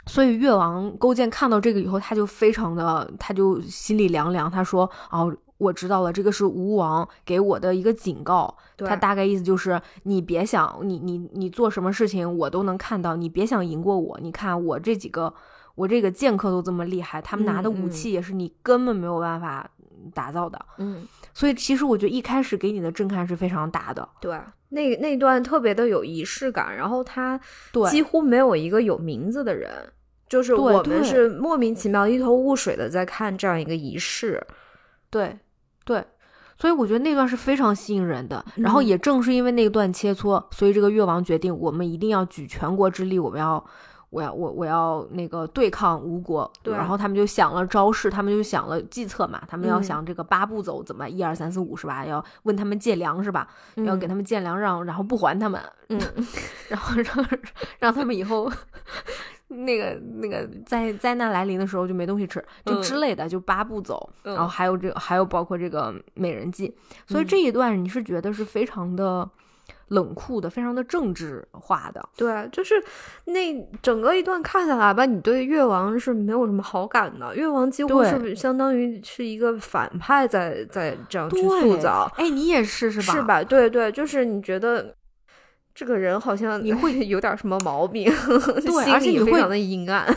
Speaker 2: 所以越王勾践看到这个以后，他就非常的，他就心里凉凉。他说：“哦，我知道了，这个是吴王给我的一个警告。
Speaker 1: 对
Speaker 2: 他大概意思就是，你别想，你你你做什么事情我都能看到，你别想赢过我。你看我这几个，我这个剑客都这么厉害，他们拿的
Speaker 1: 嗯
Speaker 2: 武
Speaker 1: 嗯
Speaker 2: 器也是你根本没有办法打造的。
Speaker 1: 嗯，
Speaker 2: 所以其实我觉得一开始给你的震撼是非常大的。
Speaker 1: 对，那那段特别的有仪式感，然后他
Speaker 2: 对，
Speaker 1: 几乎没有一个有名字的人。就是
Speaker 2: 对
Speaker 1: 我
Speaker 2: 对
Speaker 1: 们是莫名其妙一头雾水的在看这样一个仪式，
Speaker 2: 对，对，所以我觉得那段是非常吸引人的。然后
Speaker 1: 嗯
Speaker 2: 也正是因为那段切磋，所以这个越王决定，我们一定要举全国之力，我们要。我要我我要那个对抗吴国，
Speaker 1: 对
Speaker 2: 然后他们就想了招式，他们就想了计策嘛，他们要
Speaker 1: 嗯
Speaker 2: 想这个八步走怎么一二三四五是吧？要问他们借粮是吧？要给他们借粮让然后不还他们，
Speaker 1: 嗯，
Speaker 2: (laughs) 然后让让他们以后那个那个灾灾难来临的时候就没东西吃，就
Speaker 1: 嗯
Speaker 2: 之类的，就八步走。
Speaker 1: 嗯
Speaker 2: 然后还有这个，还有包括这个美人计，所以
Speaker 1: 嗯
Speaker 2: 这一段你是觉得是非常的冷酷的，非常的政治化的。
Speaker 1: 对，啊就是那整个一段看下来吧，你对越王是没有什么好感的。越王几乎
Speaker 2: 对
Speaker 1: 是相当于是一个反派在在这样去
Speaker 2: 对
Speaker 1: 塑造，
Speaker 2: 哎，你也是是吧？
Speaker 1: 是？吧？对对，就是你觉得这个人好像
Speaker 2: 你
Speaker 1: (laughs)
Speaker 2: 会
Speaker 1: 有点什么毛病，
Speaker 2: 对
Speaker 1: (laughs) 心
Speaker 2: 而且
Speaker 1: 里
Speaker 2: 你
Speaker 1: 非
Speaker 2: 会
Speaker 1: 常的阴暗。 (laughs)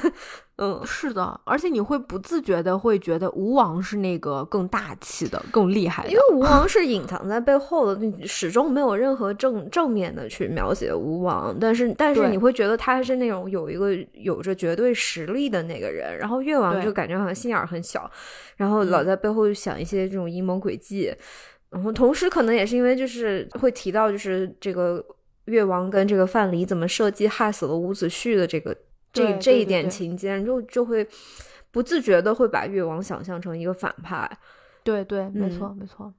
Speaker 1: 嗯，
Speaker 2: 是的，而且你会不自觉的会觉得吴王是那个更大气的、更厉害的
Speaker 1: 因。为吴王是隐藏在背后的，你始终没有任何正正面的去描写吴王，但是但是
Speaker 2: 对
Speaker 1: 你会觉得他是那种有一个有着绝对实力的那个人，然后越王
Speaker 2: 对嗯
Speaker 1: 就感觉好像心眼儿很小，然后老在背后想一些这种阴谋诡计，然后同时可能也是因为就是会提到就是这个越王跟这个范蠡怎么设计害死了伍子胥的这个这
Speaker 2: 对
Speaker 1: 这一
Speaker 2: 对对
Speaker 1: 点
Speaker 2: 对
Speaker 1: 情节，你就就会不自觉的会把越王想象成一个反派，
Speaker 2: 对对，没
Speaker 1: 嗯
Speaker 2: 错没错。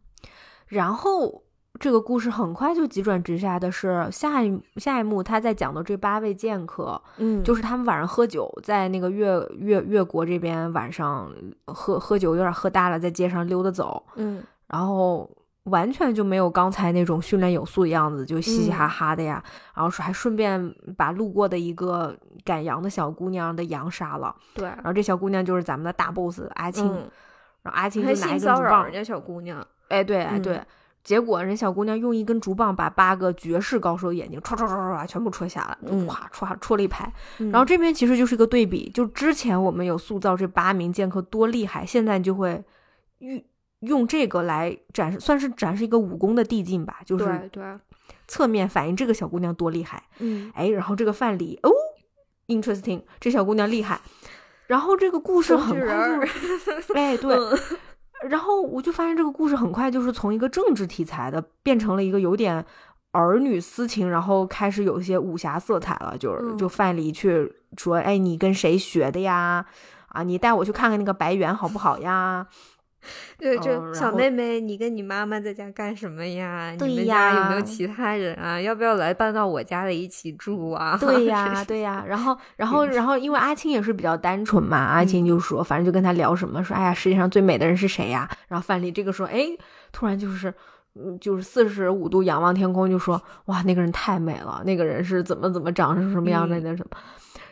Speaker 2: 然后这个故事很快就急转直下的是下一下一幕，他在讲的这八位剑客，
Speaker 1: 嗯
Speaker 2: 就是是他们晚上喝酒，在那个越越越国这边晚上喝喝酒，有点喝大了，在街上溜达走，
Speaker 1: 嗯
Speaker 2: 然后完全就没有刚才那种训练有素的样子，就嘻嘻
Speaker 1: 嗯
Speaker 2: 哈哈的呀。然后说还顺便把路过的一个赶羊的小姑娘的羊杀了，
Speaker 1: 对，
Speaker 2: 然后这小姑娘就是咱们的大 boss 阿青，
Speaker 1: 嗯，
Speaker 2: 然后阿青就
Speaker 1: 还
Speaker 2: 拿一
Speaker 1: 性
Speaker 2: 根
Speaker 1: 骚
Speaker 2: 竹
Speaker 1: 扰
Speaker 2: 棒
Speaker 1: 人，家小姑娘，
Speaker 2: 哎对哎对。
Speaker 1: 嗯
Speaker 2: 结果人小姑娘用一根竹棒把八个绝世高手的眼睛唰唰唰唰唰全部戳瞎了，
Speaker 1: 嗯
Speaker 2: 唰唰戳了一排。
Speaker 1: 然
Speaker 2: 然后这边其实就是一个对比，就之前我们有塑造这八名剑客多厉害，现在就会用用这个来展示，算是展示一个武功的递进吧，就是
Speaker 1: 对对，
Speaker 2: 侧面反映这个小姑娘多厉害。
Speaker 1: 嗯
Speaker 2: 哎，然后这个范蠡哦，interesting，这小姑娘厉害。然后这个故事
Speaker 1: 工
Speaker 2: 很
Speaker 1: 具人
Speaker 2: 快
Speaker 1: 儿
Speaker 2: 就， (laughs) 哎
Speaker 1: (laughs)
Speaker 2: 对，然后我就发现这个故事很快就是从一个政治题材的变成了一个有点儿女私情，然后开始有一些武侠色彩了，就是、
Speaker 1: 嗯
Speaker 2: 就范蠡去说，哎，你跟谁学的呀？啊，你带我去看看那个白猿好不好呀？
Speaker 1: 对，
Speaker 2: 哦
Speaker 1: 就
Speaker 2: 然
Speaker 1: 小
Speaker 2: 后
Speaker 1: 妹妹，你跟你妈妈在家干什么呀？
Speaker 2: 对
Speaker 1: 你们家有没有
Speaker 2: 呀
Speaker 1: 其他人啊？要不要来搬到我家里一起住啊？ (laughs)
Speaker 2: 对呀，对呀。然后，然后，然后，因为阿青也是比较单纯嘛，
Speaker 1: 嗯
Speaker 2: 阿青就说，反正就跟他聊什么，说，哎呀，世界上最美的人是谁呀？然后范蠡这个时候，哎，突然就是。嗯，就是四十五度仰望天空，就说哇，那个人太美了，那个人是怎么怎么长成什么样的
Speaker 1: 嗯
Speaker 2: 那什么，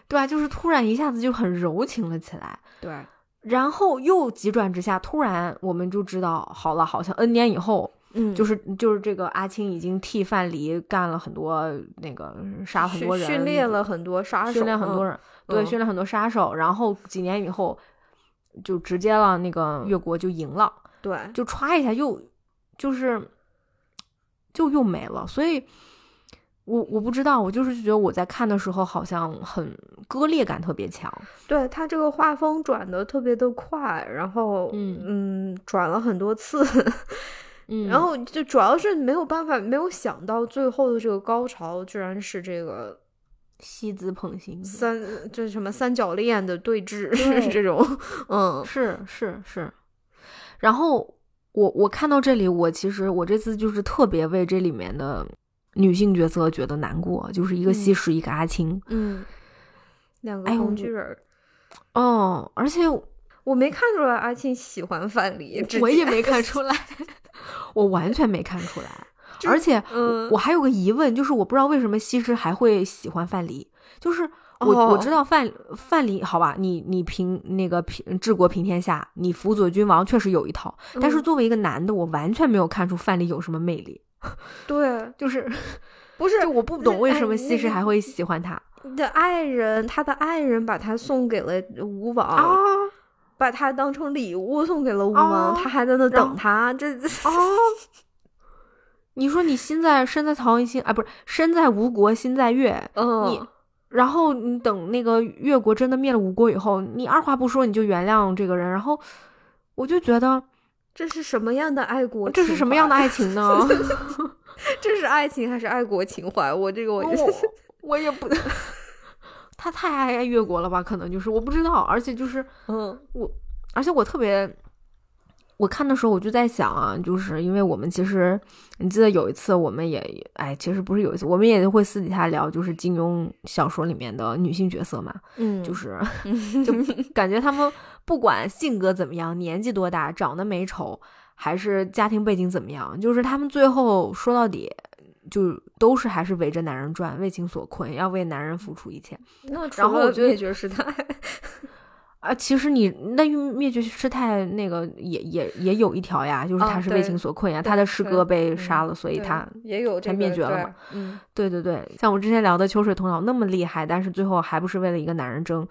Speaker 2: 对吧？就是突然一下子就很柔情了起来，
Speaker 1: 对，
Speaker 2: 然后又急转直下，突然我们就知道，好了，好像 N 年以后，
Speaker 1: 嗯
Speaker 2: 就是是就是这个阿青已经替范蠡干了很多那个杀了很多人，
Speaker 1: 训练了很多杀手，
Speaker 2: 训练很多
Speaker 1: 人，
Speaker 2: 人，对，
Speaker 1: 嗯
Speaker 2: 训练很多杀手，然后几年以后就直接了那个越国就赢了，
Speaker 1: 对，
Speaker 2: 就歘一下又就是就又没了，所以。我我不知道，我就是觉得我在看的时候好像很割裂感特别强，
Speaker 1: 对他这个画风转的特别的快，然后嗯转了很多次，
Speaker 2: 嗯
Speaker 1: 然后就主要是没有办法，没有想到最后的这个高潮居然是这个
Speaker 2: 西子捧心是吧
Speaker 1: 三，就是什么三角恋的对峙
Speaker 2: 对
Speaker 1: (laughs) 这种，嗯
Speaker 2: 是是是，然后我我看到这里，我其实我这次就是特别为这里面的女性角色觉得难过，就是一个
Speaker 1: 嗯
Speaker 2: 西施，一个阿青，
Speaker 1: 嗯，两个
Speaker 2: 哎
Speaker 1: 工
Speaker 2: 我
Speaker 1: 具人儿。
Speaker 2: 哦，而且
Speaker 1: 我没看出来阿庆喜欢范蠡，直
Speaker 2: 我
Speaker 1: 接
Speaker 2: 也没看出来， (laughs) 我完全没看出来。
Speaker 1: 就
Speaker 2: 而且我、
Speaker 1: 嗯
Speaker 2: 我还有个疑问，就是我不知道为什么西施还会喜欢范蠡，就是。我
Speaker 1: 哦
Speaker 2: 我知道范范蠡，好吧，你你平那个平治国平天下，你辅佐君王确实有一套，但是
Speaker 1: 嗯
Speaker 2: 作为一个男的，我完全没有看出范蠡有什么魅力，
Speaker 1: 对，
Speaker 2: 就是
Speaker 1: 不是
Speaker 2: 就我不懂为什么
Speaker 1: 哎
Speaker 2: 西施还会喜欢他
Speaker 1: 你的爱人，他的爱人把他送给了吴王，
Speaker 2: 啊
Speaker 1: 哦把他当成礼物送给了吴王，
Speaker 2: 哦
Speaker 1: 他还在那
Speaker 2: 然后
Speaker 1: 等他，这 (laughs) 这
Speaker 2: 哦！你说你心在身在曹营心啊，不是身在吴国心在越，
Speaker 1: 嗯
Speaker 2: 你，然后你等那个越国真的灭了吴国以后，你二话不说你就原谅这个人，然后我就觉得
Speaker 1: 这是什么样的爱国？
Speaker 2: 这是什么样的？爱情呢？
Speaker 1: (laughs) 这是爱情还是爱国情怀？我这个我、
Speaker 2: 我 (laughs) 我也不，他太爱越国了吧？可能就是我不知道，而且就是
Speaker 1: 嗯
Speaker 2: 而且我特别，我看的时候我就在想啊，就是因为我们其实，你记得有一次我们也，哎，其实不是有一次，我们也会私底下聊，就是金庸小说里面的女性角色嘛，
Speaker 1: (laughs) 嗯
Speaker 2: 就是
Speaker 1: (laughs)
Speaker 2: 就感觉她们不管性格怎么样，年纪多大，长得美丑，还是家庭背景怎么样，就是她们最后说到底。就都是还是围着男人转，为情所困，要为男人付出一切。
Speaker 1: 那除
Speaker 2: 然后
Speaker 1: 了
Speaker 2: 我觉得
Speaker 1: 灭绝师太，
Speaker 2: 啊，其实你那灭绝师太那个也也也有一条呀，就是
Speaker 1: 啊
Speaker 2: 他是
Speaker 1: 对
Speaker 2: 为情所困呀，
Speaker 1: 对
Speaker 2: 他的师
Speaker 1: 对
Speaker 2: 哥被
Speaker 1: 嗯
Speaker 2: 杀了，所以他
Speaker 1: 对 (laughs) 也有这
Speaker 2: 他
Speaker 1: 个
Speaker 2: 灭绝了
Speaker 1: 对
Speaker 2: 嘛
Speaker 1: 嗯，
Speaker 2: 对对对，像我之前聊的秋水童姥那么厉害，但是最后还不是为了一个男人争，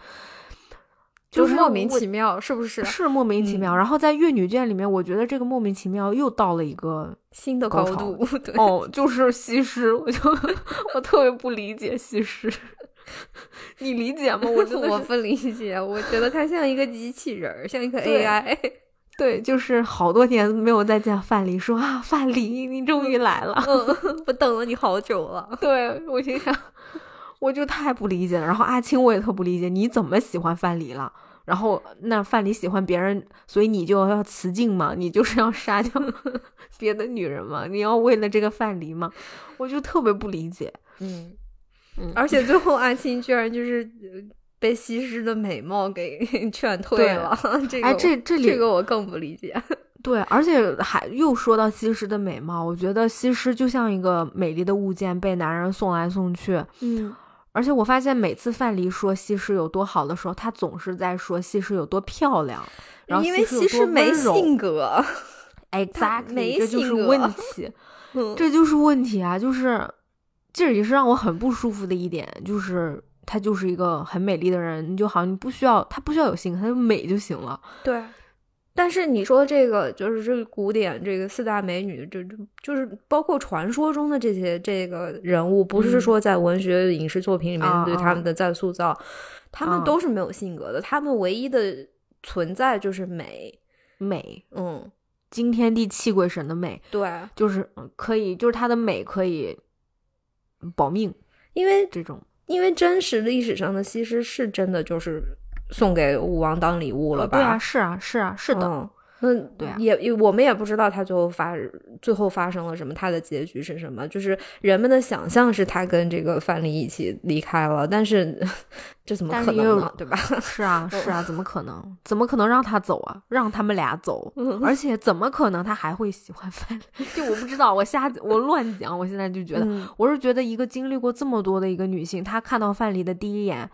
Speaker 2: 是
Speaker 1: 莫名
Speaker 2: 我
Speaker 1: 其妙，是不嗯是
Speaker 2: 是莫名其妙。然后在《越女剑》里面，我觉得这个莫名其妙又到了
Speaker 1: (laughs)
Speaker 2: 一个
Speaker 1: 新的
Speaker 2: 高
Speaker 1: 高
Speaker 2: 潮
Speaker 1: 度？ (laughs) 对，
Speaker 2: 哦，就是西施，我就我特别不理解西施， (laughs) 你理解吗？我真的
Speaker 1: 我
Speaker 2: 是
Speaker 1: 不理解，我觉得他像一个机器人儿，像一个
Speaker 2: 对
Speaker 1: AI。 (laughs)
Speaker 2: 对，就是好多年没有再见范蠡，说啊，范蠡，你终于来了。 (laughs)
Speaker 1: 嗯，我等了你好久了。
Speaker 2: 对我心想，我就太不理解了。然后阿青我也特不理解，你怎么喜欢范蠡了？然后那范蠡喜欢别人，所以你就要辞境嘛，你就是要
Speaker 1: (laughs)
Speaker 2: 杀掉别的女人嘛，你要为了这个范蠡嘛，我就特别不理解。
Speaker 1: 嗯，
Speaker 2: 嗯
Speaker 1: 而且最后阿青居然就是呃被西施的美貌给 (laughs) 劝退
Speaker 2: 对
Speaker 1: 了，这个
Speaker 2: 哎，
Speaker 1: 我
Speaker 2: 这这里
Speaker 1: 这个我更不理解。
Speaker 2: 对，而且还又说到西施的美貌，我觉得西施就像一个美丽的物件，被男人送来送去。
Speaker 1: (laughs) 嗯，
Speaker 2: 而且我发现，每次范蠡说西施有多好的时候，他总是在说西施有多漂亮，然后
Speaker 1: 因为西
Speaker 2: 西
Speaker 1: 施
Speaker 2: 施
Speaker 1: 没性
Speaker 2: 性 (laughs)
Speaker 1: 格，没
Speaker 2: ，exactly，这就
Speaker 1: 性
Speaker 2: 是
Speaker 1: 格 (laughs)
Speaker 2: 问题，
Speaker 1: 嗯
Speaker 2: 这就是问题啊！就是这也是让我很不舒服的一点，就是她就是一个很美丽的人，你就好像你不需要她不需要有性格，她就美就行了。
Speaker 1: 对。但是你说这个就是这个古典这个四大美女，就就就是包括传说中的这些这个人物，不是
Speaker 2: 嗯
Speaker 1: 说在文学影视作品里面
Speaker 2: 啊
Speaker 1: 对
Speaker 2: 啊
Speaker 1: 他们的再塑造，他们
Speaker 2: 啊
Speaker 1: 都是没有性格的，他们唯一的存在就是美。
Speaker 2: 美，
Speaker 1: 嗯，
Speaker 2: 惊天地泣鬼神的美，
Speaker 1: 对，
Speaker 2: 就是嗯可以，就是她的美可以嗯保命
Speaker 1: 因为
Speaker 2: 这种。
Speaker 1: 因为真实历史上的西施是真的就是送给武王当礼物了吧？
Speaker 2: 对啊，是啊，是啊，是的。
Speaker 1: 嗯那
Speaker 2: 对啊
Speaker 1: 也也我们也不知道他最后发最后发生了什么，他的结局是什么。就是人们的想象是他跟这个范蠡一起离开了，但是这怎么
Speaker 2: 但是
Speaker 1: 可
Speaker 2: 也
Speaker 1: 能
Speaker 2: 有
Speaker 1: 呢？对吧？
Speaker 2: 是啊，是啊，怎么可能？怎么可能让他走啊？让他们俩走，而且怎么可能他还会喜欢范蠡？ (laughs) 就我不知道，我瞎我乱讲。我现在就觉
Speaker 1: (laughs)
Speaker 2: 得，
Speaker 1: 嗯
Speaker 2: 我是觉得一个经历过这么多的一个女性，她看到范蠡的第一眼，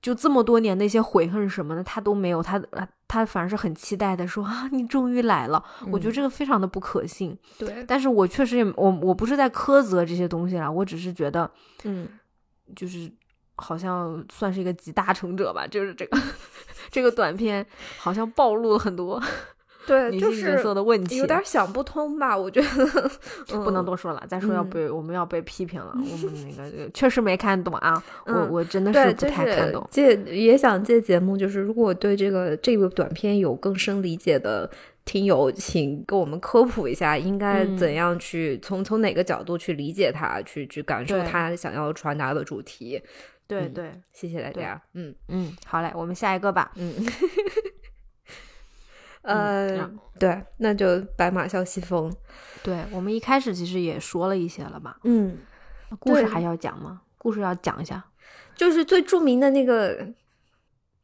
Speaker 2: 就这么多年的一些悔恨什么的，她都没有，她呃她反而是很期待的说啊，你终于来了。我
Speaker 1: 嗯
Speaker 2: 觉得这个非常的不可信，
Speaker 1: 对，
Speaker 2: 但是我确实也我我不是在苛责这些东西啦，我只是觉得
Speaker 1: 嗯，
Speaker 2: 就是好像算是一个集大成者吧，就是这个这个短片好像暴露了很多
Speaker 1: 对，
Speaker 2: 女
Speaker 1: 就
Speaker 2: 性
Speaker 1: 是
Speaker 2: 角色的问题，
Speaker 1: 有点想不通吧？我觉
Speaker 2: (laughs)
Speaker 1: 得
Speaker 2: 不能多说了。再说要被、我们要被批评了，我们那 (laughs) 个确实没看懂啊，
Speaker 1: 嗯
Speaker 2: 我我真的
Speaker 1: 对，
Speaker 2: 是
Speaker 1: 就
Speaker 2: 不太看懂。
Speaker 1: 借也想借节目，就是如果对这个这个短片有更深理解的听友，请给我们科普一下，应该
Speaker 2: 嗯
Speaker 1: 怎样去、从从哪个角度去理解它，去去感受
Speaker 2: 对
Speaker 1: 它想要传达的主题。
Speaker 2: 对
Speaker 1: 嗯
Speaker 2: 对，
Speaker 1: 谢谢大家。嗯
Speaker 2: 嗯，好嘞，我们下一个吧。
Speaker 1: 嗯。
Speaker 2: (laughs) 嗯
Speaker 1: 呃，对，那就白马啸西风。
Speaker 2: 对我们一开始其实也说了一些了嘛，
Speaker 1: 嗯，
Speaker 2: 故事
Speaker 1: 对
Speaker 2: 还要讲吗？故事要讲一下，
Speaker 1: 就是最著名的那个，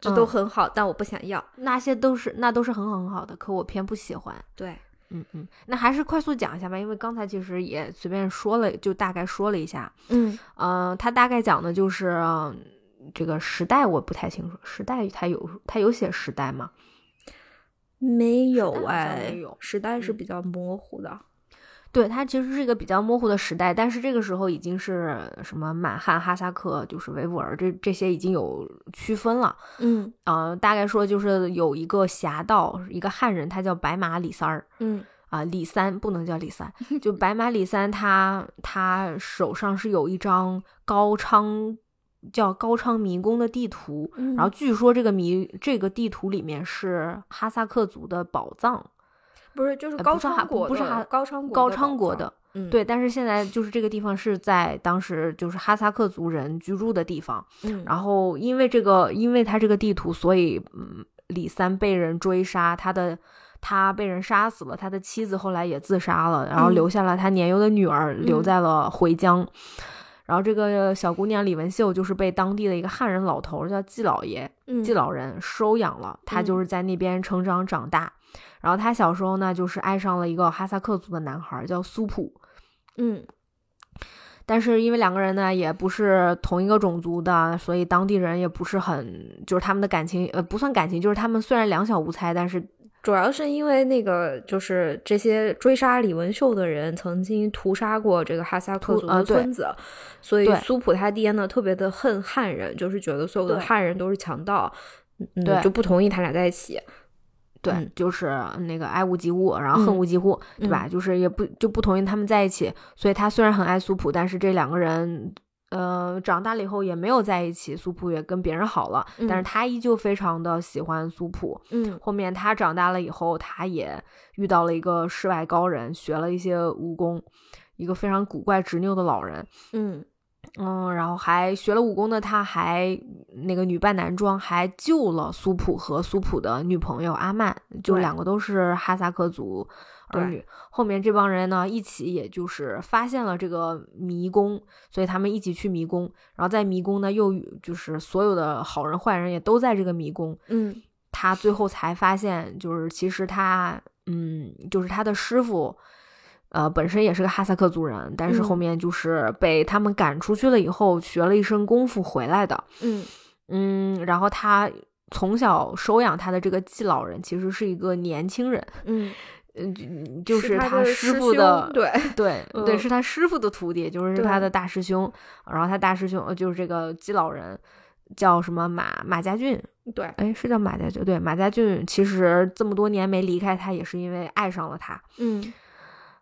Speaker 1: 这都
Speaker 2: 嗯
Speaker 1: 很好，但我不想要。
Speaker 2: 那些都是那都是很很好的，可我偏不喜欢。
Speaker 1: 对，
Speaker 2: 嗯嗯，那还是快速讲一下吧，因为刚才其实也随便说了，就大概说了一下。
Speaker 1: 嗯
Speaker 2: 嗯、他大概讲的就是、嗯这个时代，我不太清楚。时代他有他有写时代吗？
Speaker 1: 没有
Speaker 2: 好像
Speaker 1: 哎，
Speaker 2: 没有
Speaker 1: 时代是
Speaker 2: 嗯
Speaker 1: 比较模糊的。
Speaker 2: 对，它其实是一个比较模糊的时代，但是这个时候已经是什么满汉、哈萨克，就是维吾尔这这些已经有区分了。
Speaker 1: 嗯
Speaker 2: 嗯、大概说就是有一个侠盗，一个汉人，他叫白马李三儿。
Speaker 1: 嗯
Speaker 2: 啊、李三不能叫
Speaker 1: (laughs)
Speaker 2: 李三，就白马李三他，他手上是有一张高昌叫高昌迷宫的地图，
Speaker 1: 嗯
Speaker 2: 然后据说这个迷这个地图里面是哈萨克族的宝藏，
Speaker 1: 不是，就是
Speaker 2: 呃
Speaker 1: 高
Speaker 2: 不是
Speaker 1: 昌
Speaker 2: 哈
Speaker 1: 国的，
Speaker 2: 不是哈
Speaker 1: 高昌国
Speaker 2: 高
Speaker 1: 的
Speaker 2: 昌
Speaker 1: 宝
Speaker 2: 国
Speaker 1: 藏，
Speaker 2: 的。
Speaker 1: 嗯，
Speaker 2: 对，但是现在就是这个地方是在当时就是哈萨克族人居住的地方，
Speaker 1: 嗯，
Speaker 2: 然后因为这个，因为他这个地图，所以嗯，李三被人追杀，他的他被人杀死了，他的妻子后来也自杀了，然后
Speaker 1: 嗯
Speaker 2: 留下了他年幼的女儿，
Speaker 1: 嗯
Speaker 2: 留在了回疆。然后这个小姑娘李文秀就是被当地的一个汉人老头儿叫季老爷、
Speaker 1: 嗯
Speaker 2: 季老人收养了，她
Speaker 1: 嗯
Speaker 2: 就是在那边成长长大。然后她小时候呢，就是爱上了一个哈萨克族的男孩儿，叫苏普。
Speaker 1: 嗯
Speaker 2: 但是因为两个人呢也不是同一个种族的，所以当地人也不是很，就是他们的感情，呃，不算感情，就是他们虽然两小无猜，但是
Speaker 1: 主要是因为那个就是这些追杀李文秀的人曾经屠杀过这个哈萨克
Speaker 2: 屠
Speaker 1: 族
Speaker 2: 呃
Speaker 1: 的
Speaker 2: 对
Speaker 1: 村子，所以
Speaker 2: 对
Speaker 1: 苏普他爹呢特别的恨汉人，就是觉得所有的
Speaker 2: 对
Speaker 1: 汉人都是强盗，嗯，
Speaker 2: 对
Speaker 1: 就不同意他俩在一起。
Speaker 2: 对，
Speaker 1: 嗯
Speaker 2: 就是那个爱屋及乌，然后恨
Speaker 1: 嗯
Speaker 2: 屋及乌，对吧？
Speaker 1: 嗯
Speaker 2: 就是也不就不同意他们在一起，所以他虽然很爱苏普，但是这两个人。呃，长大了以后也没有在一起，苏普也跟别人好了，但
Speaker 1: 嗯
Speaker 2: 是他依旧非常的喜欢苏普，
Speaker 1: 嗯
Speaker 2: 后面他长大了以后，他也遇到了一个世外高人，学了一些武功，一个非常古怪执拗的老人。
Speaker 1: 嗯
Speaker 2: 嗯，然后还学了武功的他还，那个女扮男装，还救了苏普和苏普的女朋友阿曼，就
Speaker 1: 对
Speaker 2: 两个都是哈萨克族儿
Speaker 1: 对
Speaker 2: 女。后面这帮人呢，一起也就是发现了这个迷宫，所以他们一起去迷宫，然后在迷宫呢，又与就是所有的好人坏人也都在这个迷宫，
Speaker 1: 嗯，
Speaker 2: 他最后才发现，就是其实他，嗯，就是他的师傅，呃，本身也是个哈萨克族人，但是
Speaker 1: 嗯
Speaker 2: 后面就是被他们赶出去了以后，学了一身功夫回来的。
Speaker 1: 嗯，
Speaker 2: 嗯，然后他从小收养他的这个季老人，其实是一个年轻人，
Speaker 1: 嗯，
Speaker 2: 嗯，就就是
Speaker 1: 他
Speaker 2: 他
Speaker 1: 的
Speaker 2: 师
Speaker 1: 师
Speaker 2: 傅的
Speaker 1: 兄，对， (laughs)
Speaker 2: 对、
Speaker 1: 嗯
Speaker 2: 对，是他师傅的徒弟，就是
Speaker 1: 对
Speaker 2: 他的大师兄。然后他大师兄呃就是这个季老人，叫什么马马家俊，
Speaker 1: 对，
Speaker 2: 哎，是叫马家俊，对，马家俊其实这么多年没离开他，也是因为爱上了他。
Speaker 1: 嗯，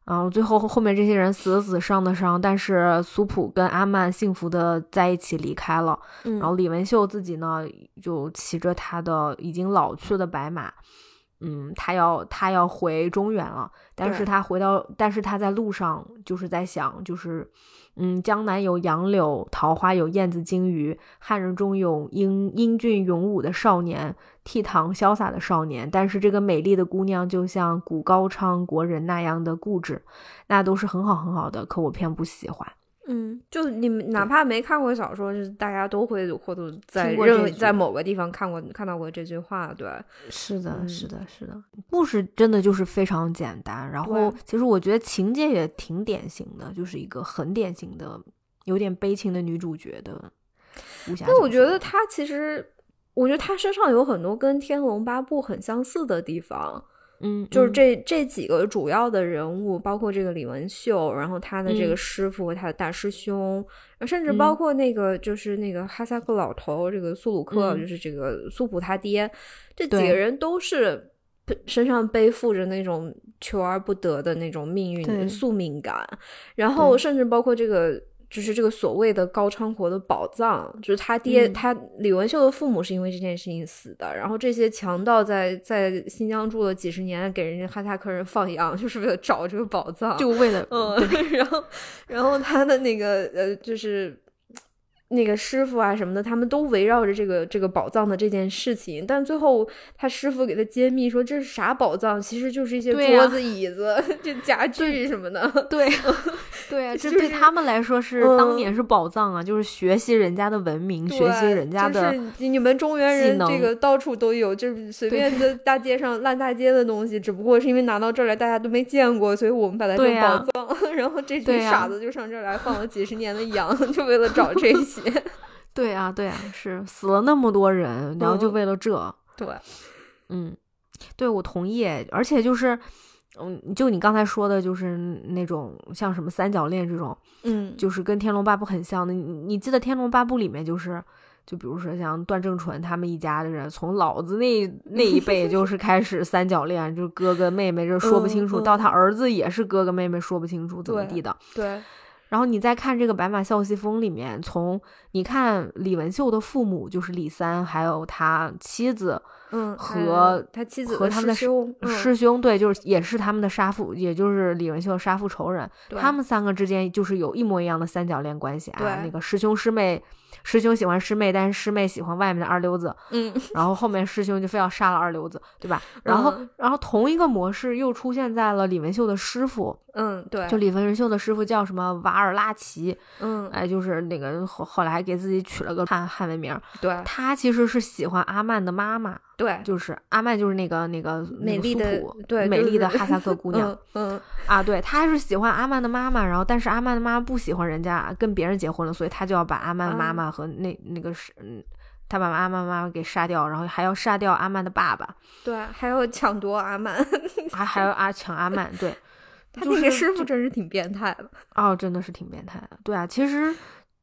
Speaker 2: 然后最后后面这些人死的死，伤的伤，但是苏普跟阿曼幸福的在一起离开了。
Speaker 1: 然
Speaker 2: 然后李文秀自己呢，就骑着他的已经老去的白马，嗯，他要他要回中原了，但是
Speaker 1: 对
Speaker 2: 他回到，但是他在路上就是在想，就是，嗯，江南有杨柳，桃花有燕子金鱼，汉人中有英英俊勇武的少年，倜傥潇洒的少年，但是这个美丽的姑娘就像古高昌国人那样的固执，那都是很好很好的，可我偏不喜欢。
Speaker 1: 嗯，就你们哪怕没看过小说，就是大家都会或者在
Speaker 2: 听过
Speaker 1: 任
Speaker 2: 这
Speaker 1: 何
Speaker 2: 句
Speaker 1: 在某个地方看过看到过这句话，对，
Speaker 2: 是的，是
Speaker 1: 嗯
Speaker 2: 的，是的，故事真的就是非常简单。然后，其实我觉得情节也挺典型的，就是一个很典型的、有点悲情的女主角的武侠小说。
Speaker 1: 但我觉得他其实，我觉得他身上有很多跟《天龙八部》很相似的地方，
Speaker 2: 嗯，
Speaker 1: 就是
Speaker 2: 嗯，
Speaker 1: 这这几个主要的人物，包括这个李文秀，然后他的这
Speaker 2: 嗯
Speaker 1: 个师傅，他的大师兄，呃甚至包
Speaker 2: 嗯
Speaker 1: 括那个就是那个哈萨克老头，这个苏鲁克，
Speaker 2: 嗯
Speaker 1: 就是这个苏普他爹，这几
Speaker 2: 对
Speaker 1: 个人都是背身上背负着那种求而不得的那种命
Speaker 2: 对
Speaker 1: 运宿命感，然后
Speaker 2: 对
Speaker 1: 甚至包括这个。就是这个所谓的高昌国的宝藏，就是他爹，
Speaker 2: 嗯
Speaker 1: 他李文秀的父母是因为这件事情死的。然后这些强盗在在新疆住了几十年，给人家哈萨克人放羊，就是为了找这个宝藏。
Speaker 2: 就为了
Speaker 1: 嗯，然后然后他的那个呃，就是那个师傅啊什么的，他们都围绕着这个这个宝藏的这件事情，但最后他师傅给他揭秘说这是啥宝藏，其实就是一些
Speaker 2: 对呀
Speaker 1: 桌子、椅子、 (laughs) 这家具什么的。
Speaker 2: 对
Speaker 1: (laughs)
Speaker 2: 对啊，这
Speaker 1: 就
Speaker 2: 对
Speaker 1: 是
Speaker 2: 他们来说是
Speaker 1: 嗯
Speaker 2: 当年是宝藏啊，就是学习人家的文明，
Speaker 1: 对
Speaker 2: 学习人家的。
Speaker 1: 就是你们中原
Speaker 2: 技
Speaker 1: 人
Speaker 2: 能
Speaker 1: 这个到处都有，就是随
Speaker 2: 对
Speaker 1: 便的
Speaker 2: (laughs)
Speaker 1: 大街上烂大街的东西，只不过是因为拿到这儿来大家都没见过，所以我们把它
Speaker 2: 对
Speaker 1: 当
Speaker 2: 呀
Speaker 1: 宝藏。 (laughs) 然后这
Speaker 2: 对
Speaker 1: 群
Speaker 2: 呀
Speaker 1: 傻子就上这儿来放了几十年的羊， (laughs) 就为了找这些。
Speaker 2: 对啊，对啊，是死了那么多人，然后就
Speaker 1: 嗯
Speaker 2: 为了这。 (laughs)
Speaker 1: 对，
Speaker 2: 嗯，对，我同意，而且就是，嗯，就你刚才说的，就是那种像什么三角恋这种，
Speaker 1: 嗯，
Speaker 2: 就是跟《天龙八部》很像的。你你记得《天龙八部》里面就是，就比如说像段正淳他们一家的人，从老子那那一辈就是开始三角恋，就是哥哥妹妹这说不清楚，
Speaker 1: 嗯嗯
Speaker 2: 到他儿子也是哥哥妹妹说不清楚怎么
Speaker 1: 对
Speaker 2: 地的。
Speaker 1: 对，
Speaker 2: 然后你再看这个《白马啸西风》里面，从你看李文秀的父母就是李三，还有他妻子，
Speaker 1: 嗯，
Speaker 2: 和
Speaker 1: 他妻子
Speaker 2: 和他们的
Speaker 1: 师兄，嗯
Speaker 2: 师兄，对，就是也是他们的杀父，也就是李文秀的杀父仇人，
Speaker 1: 对
Speaker 2: 他们三个之间就是有一模一样的三角恋关系啊。
Speaker 1: 对
Speaker 2: 那个师兄师妹，师兄喜欢师妹，但是师妹喜欢外面的二
Speaker 1: (laughs)
Speaker 2: 流子，
Speaker 1: 嗯，
Speaker 2: 然后后面师兄就非要杀了二流子，对吧？然后，
Speaker 1: 嗯
Speaker 2: 然后同一个模式又出现在了李文秀的师傅，
Speaker 1: 嗯，对，
Speaker 2: 就李文秀的师傅叫什么瓦尔拉奇，
Speaker 1: 嗯，
Speaker 2: 哎，就是那个后后来还给自己取了个汉汉文名儿，
Speaker 1: 对
Speaker 2: 他其实是喜欢阿曼的妈妈。
Speaker 1: 对，
Speaker 2: 就是阿曼，就是那个那个
Speaker 1: 美丽的
Speaker 2: 那个苏普
Speaker 1: 对
Speaker 2: 美
Speaker 1: 就
Speaker 2: 丽的
Speaker 1: 是
Speaker 2: 哈萨克
Speaker 1: (laughs)
Speaker 2: 姑娘、
Speaker 1: 嗯，
Speaker 2: 啊，对，她是喜欢阿曼的妈妈，然后但是阿曼的妈妈不喜欢人家跟别人结婚了，所以她就要把阿曼的妈
Speaker 1: 啊
Speaker 2: 妈和那、那个是嗯，她把阿曼妈妈给杀掉，然后还要杀掉阿曼的
Speaker 1: (laughs)
Speaker 2: 爸爸，
Speaker 1: 嗯，对，还有抢夺阿曼， (laughs)
Speaker 2: 还还要啊抢阿曼，对，
Speaker 1: 他
Speaker 2: 就
Speaker 1: 那个
Speaker 2: 是
Speaker 1: 师傅真是挺变态的，
Speaker 2: 哦，真的是挺变态的，对啊，其实。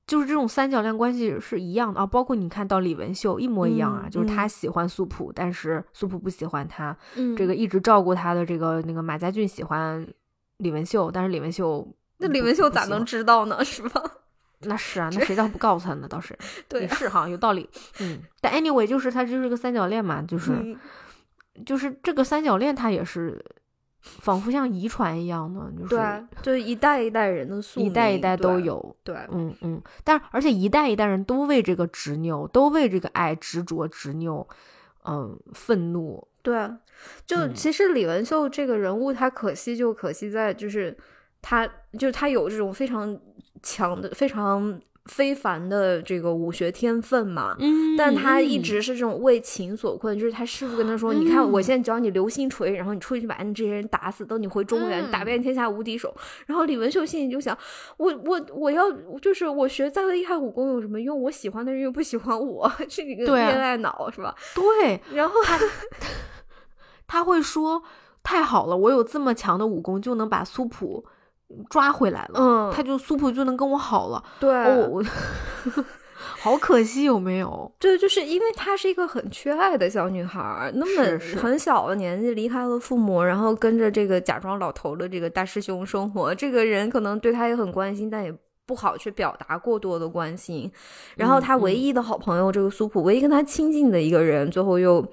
Speaker 2: 就是这种三角恋关系是一样的啊、包括你看到李文秀一模一样啊，
Speaker 1: 嗯
Speaker 2: 就是他
Speaker 1: 嗯
Speaker 2: 喜欢苏普，但是苏普不喜欢他，
Speaker 1: 嗯
Speaker 2: 这个一直照顾他的这个那个马家俊喜欢李文秀，但是李文秀
Speaker 1: 那
Speaker 2: 不
Speaker 1: 李文秀咋？
Speaker 2: 不
Speaker 1: 能
Speaker 2: 喜
Speaker 1: 知道呢？是吧？
Speaker 2: 欢那是啊，那谁叫不告诉他呢？倒是
Speaker 1: 对
Speaker 2: 也
Speaker 1: 啊，
Speaker 2: 是哈，有道理。嗯，
Speaker 1: (laughs)
Speaker 2: 但 anyway，就是他就是个三角恋嘛，就是、
Speaker 1: 嗯，
Speaker 2: 就是这个三角恋，它也是仿佛像遗传一样的，就是
Speaker 1: 对啊，就是一代一代人的宿命，
Speaker 2: 一代一代
Speaker 1: 对啊
Speaker 2: 都有。
Speaker 1: 对，
Speaker 2: 嗯嗯，但而且一代一代人都为这个执拗，都为这个爱执着、执拗，嗯，愤怒，
Speaker 1: 对啊，就
Speaker 2: 嗯
Speaker 1: 其实李文秀这个人物，他可惜就可惜在就是他就是他有这种非常强的、非常非凡的这个武学天分嘛。
Speaker 2: 嗯嗯
Speaker 1: 但他一直是这种为情所困，就是他师傅跟他说：“你看，我现在只要你留心锤，然后你出去把你这些人打死，等你回中原，
Speaker 2: 嗯
Speaker 1: 打遍天下无敌手。”然后李文秀心里就想：“我我我要就是我学再厉害武功有什么用？我喜欢的人又不喜欢我， (laughs) 这个
Speaker 2: 对啊
Speaker 1: 恋爱脑是吧？”
Speaker 2: 对
Speaker 1: 然后
Speaker 2: 他会说：“太好了，我有这么强的武功，就能把苏普抓回来了。
Speaker 1: 嗯
Speaker 2: 他就苏普就能跟我好了。
Speaker 1: 对
Speaker 2: 哦，我好可惜，有没有？
Speaker 1: 对，就是因为她是一个很缺爱的小女孩儿，那么
Speaker 2: 是是
Speaker 1: 很小的年纪离开了父母，然后跟着这个假装老头的这个大师兄生活，这个人可能对她也很关心，但也。不好去表达过多的关心，然后
Speaker 2: 嗯
Speaker 1: 她唯
Speaker 2: 嗯
Speaker 1: 一的好朋友、这个苏普，唯一跟她亲近的一个人，最后又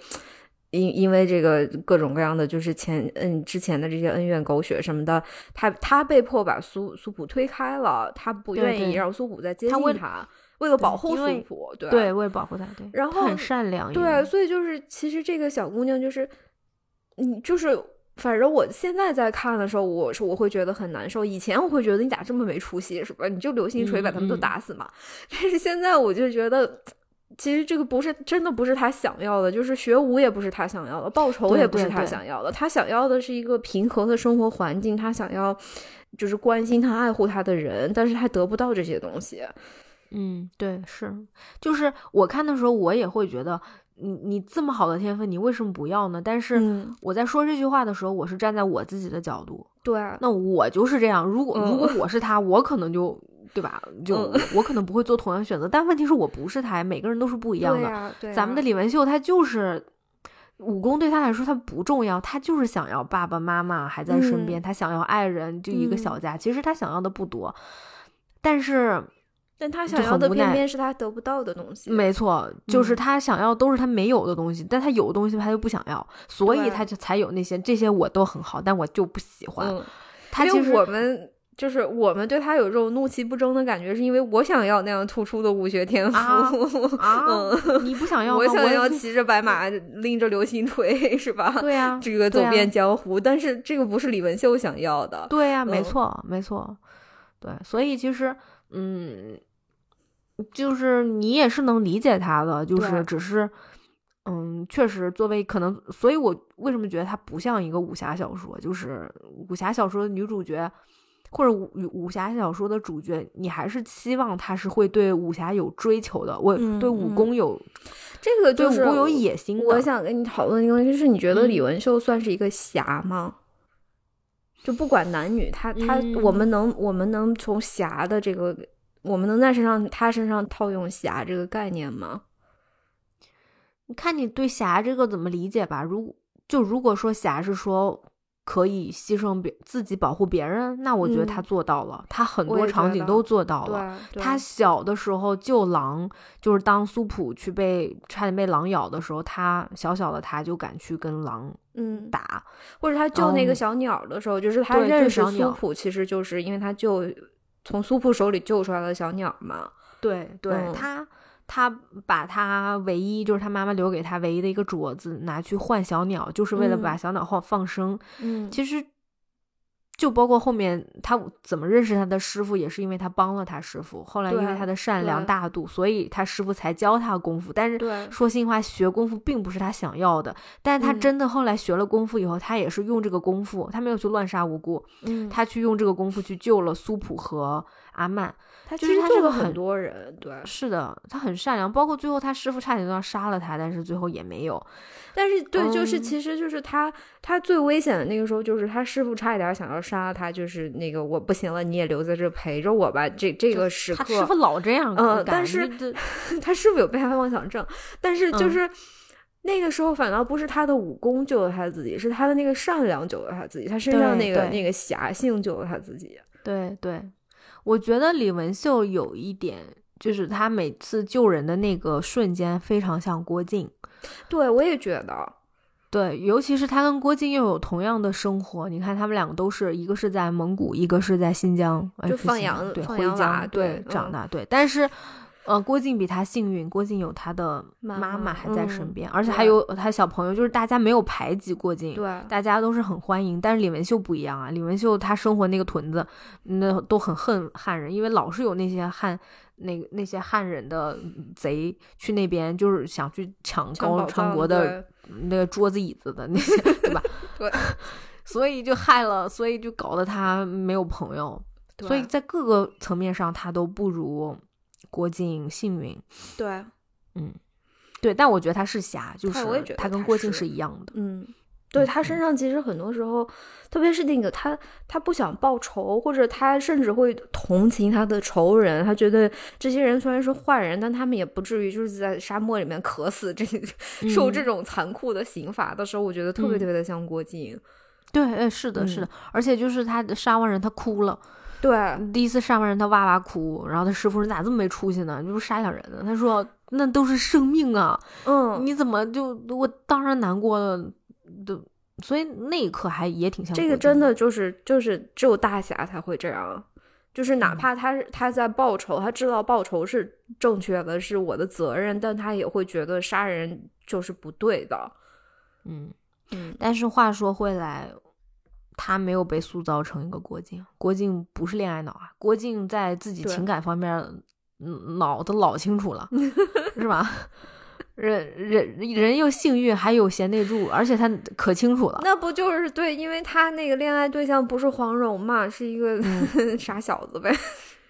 Speaker 1: 因因为这个各种各样的就是前嗯之前的这些恩怨狗血什么的，她她被迫把苏苏普推开了，她不
Speaker 2: 对
Speaker 1: 愿意
Speaker 2: 对
Speaker 1: 让苏普再接
Speaker 2: 她
Speaker 1: 近
Speaker 2: 为
Speaker 1: 她，为了保
Speaker 2: 对
Speaker 1: 护
Speaker 2: 因
Speaker 1: 苏
Speaker 2: 为
Speaker 1: 普，对
Speaker 2: 对，为了保护他，对，
Speaker 1: 然
Speaker 2: 他
Speaker 1: 后
Speaker 2: 很善良，
Speaker 1: 对，，啊所以就是其实这个小姑娘就是，你就是反正我现在在看的时候，我是我会觉得很难受。以前我会觉得你咋这么没出息是吧？你就流星锤把他们都
Speaker 2: 嗯嗯
Speaker 1: 打死嘛。但是现在我就觉得。其实这个不是真的，不是他想要的，就是学武也不是他想要的，报仇
Speaker 2: 对
Speaker 1: 也不是
Speaker 2: 对
Speaker 1: 他
Speaker 2: 对
Speaker 1: 想要的。他想要的是一个平和的生活环境，他想要就是关心他、爱护他的人，但是他得不到这些东西。
Speaker 2: 嗯，对，是，就是我看的时候，我也会觉得，你你这么好的天分，你为什么不要呢？但是
Speaker 1: 嗯，
Speaker 2: 我在说这句话的时候，我是站在我自己的角度，
Speaker 1: 对啊，
Speaker 2: 那我就是这样。如果如果我是他，我可能就对吧？就
Speaker 1: 嗯
Speaker 2: 我我可能不会做同样的选择。但问题是我不是他，每个人都是不一样
Speaker 1: 对
Speaker 2: 的。
Speaker 1: 啊对
Speaker 2: 咱们的
Speaker 1: 啊
Speaker 2: 李文秀，他就是武功对他来说他不重要，他就是想要爸爸妈妈还在身
Speaker 1: 嗯
Speaker 2: 边，他想要爱人，就一个小家。其实他想要的不多，但是
Speaker 1: 但他
Speaker 2: 就
Speaker 1: 想要
Speaker 2: 很
Speaker 1: 的
Speaker 2: 无
Speaker 1: 偏
Speaker 2: 奈
Speaker 1: 偏是他得不到的东西。
Speaker 2: 没错，就是
Speaker 1: 嗯
Speaker 2: 他想要都是他没有的东西，但他有的东西他又不想要，所以
Speaker 1: 对
Speaker 2: 他就才有那些这些我都很好，但我就不喜欢。
Speaker 1: 嗯，
Speaker 2: 他
Speaker 1: 因
Speaker 2: 其实
Speaker 1: 为我们就是我们对他有这种怒其不争的感觉，是因为我想要那样突出的武学天赋， (laughs) 嗯
Speaker 2: 啊啊，你不想要吗？
Speaker 1: 我想
Speaker 2: 也
Speaker 1: 要
Speaker 2: 不
Speaker 1: 骑着白马，拎着流星锤， (laughs) 是吧？
Speaker 2: 对呀、啊，
Speaker 1: 这个走
Speaker 2: 对啊
Speaker 1: 遍江湖，但是这个不是李文秀想要的。
Speaker 2: 对呀、没
Speaker 1: 嗯
Speaker 2: 错，没错，对，所以其实，嗯，就是你也是能理解他的，就
Speaker 1: 对
Speaker 2: 是只是，嗯，确实作为可能，所以我为什么觉得它不像一个武侠小说，就是武侠小说的女主角。或者武武侠小说的主角，你还是期望他是会对武侠有追求的，我
Speaker 1: 嗯
Speaker 2: 对武
Speaker 1: 嗯
Speaker 2: 功有、
Speaker 1: 这个
Speaker 2: 对
Speaker 1: 就
Speaker 2: 武
Speaker 1: 是
Speaker 2: 功有野心的。
Speaker 1: 我想跟你讨论一个问题，就是你觉得
Speaker 2: 嗯
Speaker 1: 李文秀算是一个侠吗？就不管男女，他他、
Speaker 2: 嗯
Speaker 1: 我们能我们能从侠的这个，我们能在身上他身上套用侠这个概念吗？
Speaker 2: 你看你对侠这个怎么理解吧？如就如果说侠是说可以牺牲别自己保护别人，那我觉得
Speaker 1: 嗯
Speaker 2: 他做到了，他很
Speaker 1: 我
Speaker 2: 多
Speaker 1: 也
Speaker 2: 场
Speaker 1: 觉
Speaker 2: 景
Speaker 1: 得
Speaker 2: 都做到了。
Speaker 1: 对
Speaker 2: 他小的时候救狼，就是当苏普去被差点被狼咬的时候，他小小的他就敢去跟狼
Speaker 1: 嗯
Speaker 2: 打。
Speaker 1: 或者他救那个
Speaker 2: 嗯
Speaker 1: 小鸟的时候，就是他
Speaker 2: 对
Speaker 1: 认
Speaker 2: 救
Speaker 1: 识
Speaker 2: 小
Speaker 1: 苏
Speaker 2: 鸟
Speaker 1: 普，其实就是因为他救从苏普手里救出来的小鸟嘛。
Speaker 2: 对对，
Speaker 1: 嗯
Speaker 2: 他他把他唯一就是他妈妈留给他唯一的一个镯子拿去换小鸟，就是为了
Speaker 1: 嗯
Speaker 2: 把小鸟放放生。
Speaker 1: 嗯
Speaker 2: 其实就包括后面他怎么认识他的师傅，也是因为他帮了他师傅。后来因为
Speaker 1: 对
Speaker 2: 他的善
Speaker 1: 对
Speaker 2: 良大度，所以他师傅才教他功夫。但是
Speaker 1: 对
Speaker 2: 说心里话，学功夫并不是他想要的。但是他
Speaker 1: 嗯
Speaker 2: 真的后来学了功夫以后，他也是用这个功夫，他没有去乱杀无辜，
Speaker 1: 嗯，
Speaker 2: 他去用这个功夫去救了苏普和阿曼。
Speaker 1: 他
Speaker 2: 就
Speaker 1: 其
Speaker 2: 是
Speaker 1: 实
Speaker 2: 他
Speaker 1: 救
Speaker 2: 这
Speaker 1: 了
Speaker 2: 个
Speaker 1: 很
Speaker 2: 很
Speaker 1: 多人，对。
Speaker 2: 是的，他很善良，包括最后他师傅差点就要杀了他，但是最后也没有。
Speaker 1: 但是对，就是
Speaker 2: 嗯
Speaker 1: 其实就是他，他最危险的那个时候，就是他师傅差一点想要杀他，就是那个我不行了，你也留在这陪着我吧。这这个时
Speaker 2: 他
Speaker 1: 刻，
Speaker 2: 师傅老这样干，
Speaker 1: 呃但是
Speaker 2: 这
Speaker 1: 他是不是有被害妄想症？但是就
Speaker 2: 嗯
Speaker 1: 是、那个时候，反倒不是他的武功救了他自己，是他的那个善良救了他自己，他身上
Speaker 2: 对
Speaker 1: 那个
Speaker 2: 对
Speaker 1: 那个侠性救了他自己。
Speaker 2: 对对，我觉得李文秀有一点，就是他每次救人的那个瞬间非常像郭靖。
Speaker 1: 对，我也觉得，
Speaker 2: 对，尤其是他跟郭靖又有同样的生活，你看他们两个都是一个是在蒙古，一个是在新疆，哎
Speaker 1: 就是放
Speaker 2: 新疆
Speaker 1: 羊
Speaker 2: 对
Speaker 1: 放
Speaker 2: 回
Speaker 1: 羊娃
Speaker 2: 疆
Speaker 1: 对嗯
Speaker 2: 长大对，但是。呃，郭靖比他幸运，郭靖有他的
Speaker 1: 妈
Speaker 2: 妈
Speaker 1: 妈
Speaker 2: 妈还在身
Speaker 1: 嗯
Speaker 2: 边，而且还
Speaker 1: 对
Speaker 2: 有他小朋友，就是大家没有排挤郭靖，
Speaker 1: 对
Speaker 2: 大家都是很欢迎。但是李文秀不一样啊，李文秀他生活那个屯子，嗯那都很恨汉人，因为老是有那些汉那个那些汉人的贼去那边，就是想去抢
Speaker 1: 抢
Speaker 2: 高
Speaker 1: 宝
Speaker 2: 昌
Speaker 1: 藏
Speaker 2: 国的那个桌子椅子的那些，对吧？
Speaker 1: (laughs) 对，
Speaker 2: (laughs) 所以就害了，所以就搞得他没有朋友，
Speaker 1: 对啊
Speaker 2: 所以在各个层面上他都不如郭靖幸运。
Speaker 1: 对，
Speaker 2: 对，但我觉得他是侠，就
Speaker 1: 对我也
Speaker 2: 是
Speaker 1: 觉得
Speaker 2: 他跟
Speaker 1: 他
Speaker 2: 郭靖
Speaker 1: 是
Speaker 2: 是一样的。
Speaker 1: 嗯，对
Speaker 2: 嗯
Speaker 1: 他身
Speaker 2: 嗯
Speaker 1: 上其实很多时候，特别是那个他他不想报仇，或者他甚至会同情他的仇人，他觉得这些人虽然是坏人，但他们也不至于就是在沙漠里面渴死，这 (laughs) 受这
Speaker 2: 嗯
Speaker 1: 种残酷的刑罚的时候，我觉得特别特别的像郭靖。
Speaker 2: 对，哎，是的，
Speaker 1: 嗯
Speaker 2: 是的，而且就是他杀完人，他哭了。
Speaker 1: 对，
Speaker 2: 第一次杀完人，他哇哇哭，然后他师傅说：“你咋这么没出息呢？你这不杀两人呢？”他说：“那都是生命啊，
Speaker 1: 嗯，
Speaker 2: 你怎么就我当然难过了，都所以那一刻还也挺像
Speaker 1: 这
Speaker 2: 郭
Speaker 1: 个
Speaker 2: 靖
Speaker 1: 真的就是就是只有大侠才会这样，就是哪
Speaker 2: 嗯
Speaker 1: 怕他是他在报仇，他知道报仇是正确的，是我的责任，但他也会觉得杀人就是不对的。
Speaker 2: 嗯。
Speaker 1: 嗯，
Speaker 2: 但是话说回来，他没有被塑造成一个郭靖，郭靖不是恋爱脑啊，郭靖在自己
Speaker 1: 对
Speaker 2: 情感方面嗯脑子老
Speaker 1: (laughs)
Speaker 2: 清楚了，是吧？人人人又幸运，还有贤内助，而且他可清楚了。
Speaker 1: 那不就是对？因为他那个恋爱对象不是黄蓉嘛，是一个、 (laughs) 傻小子呗。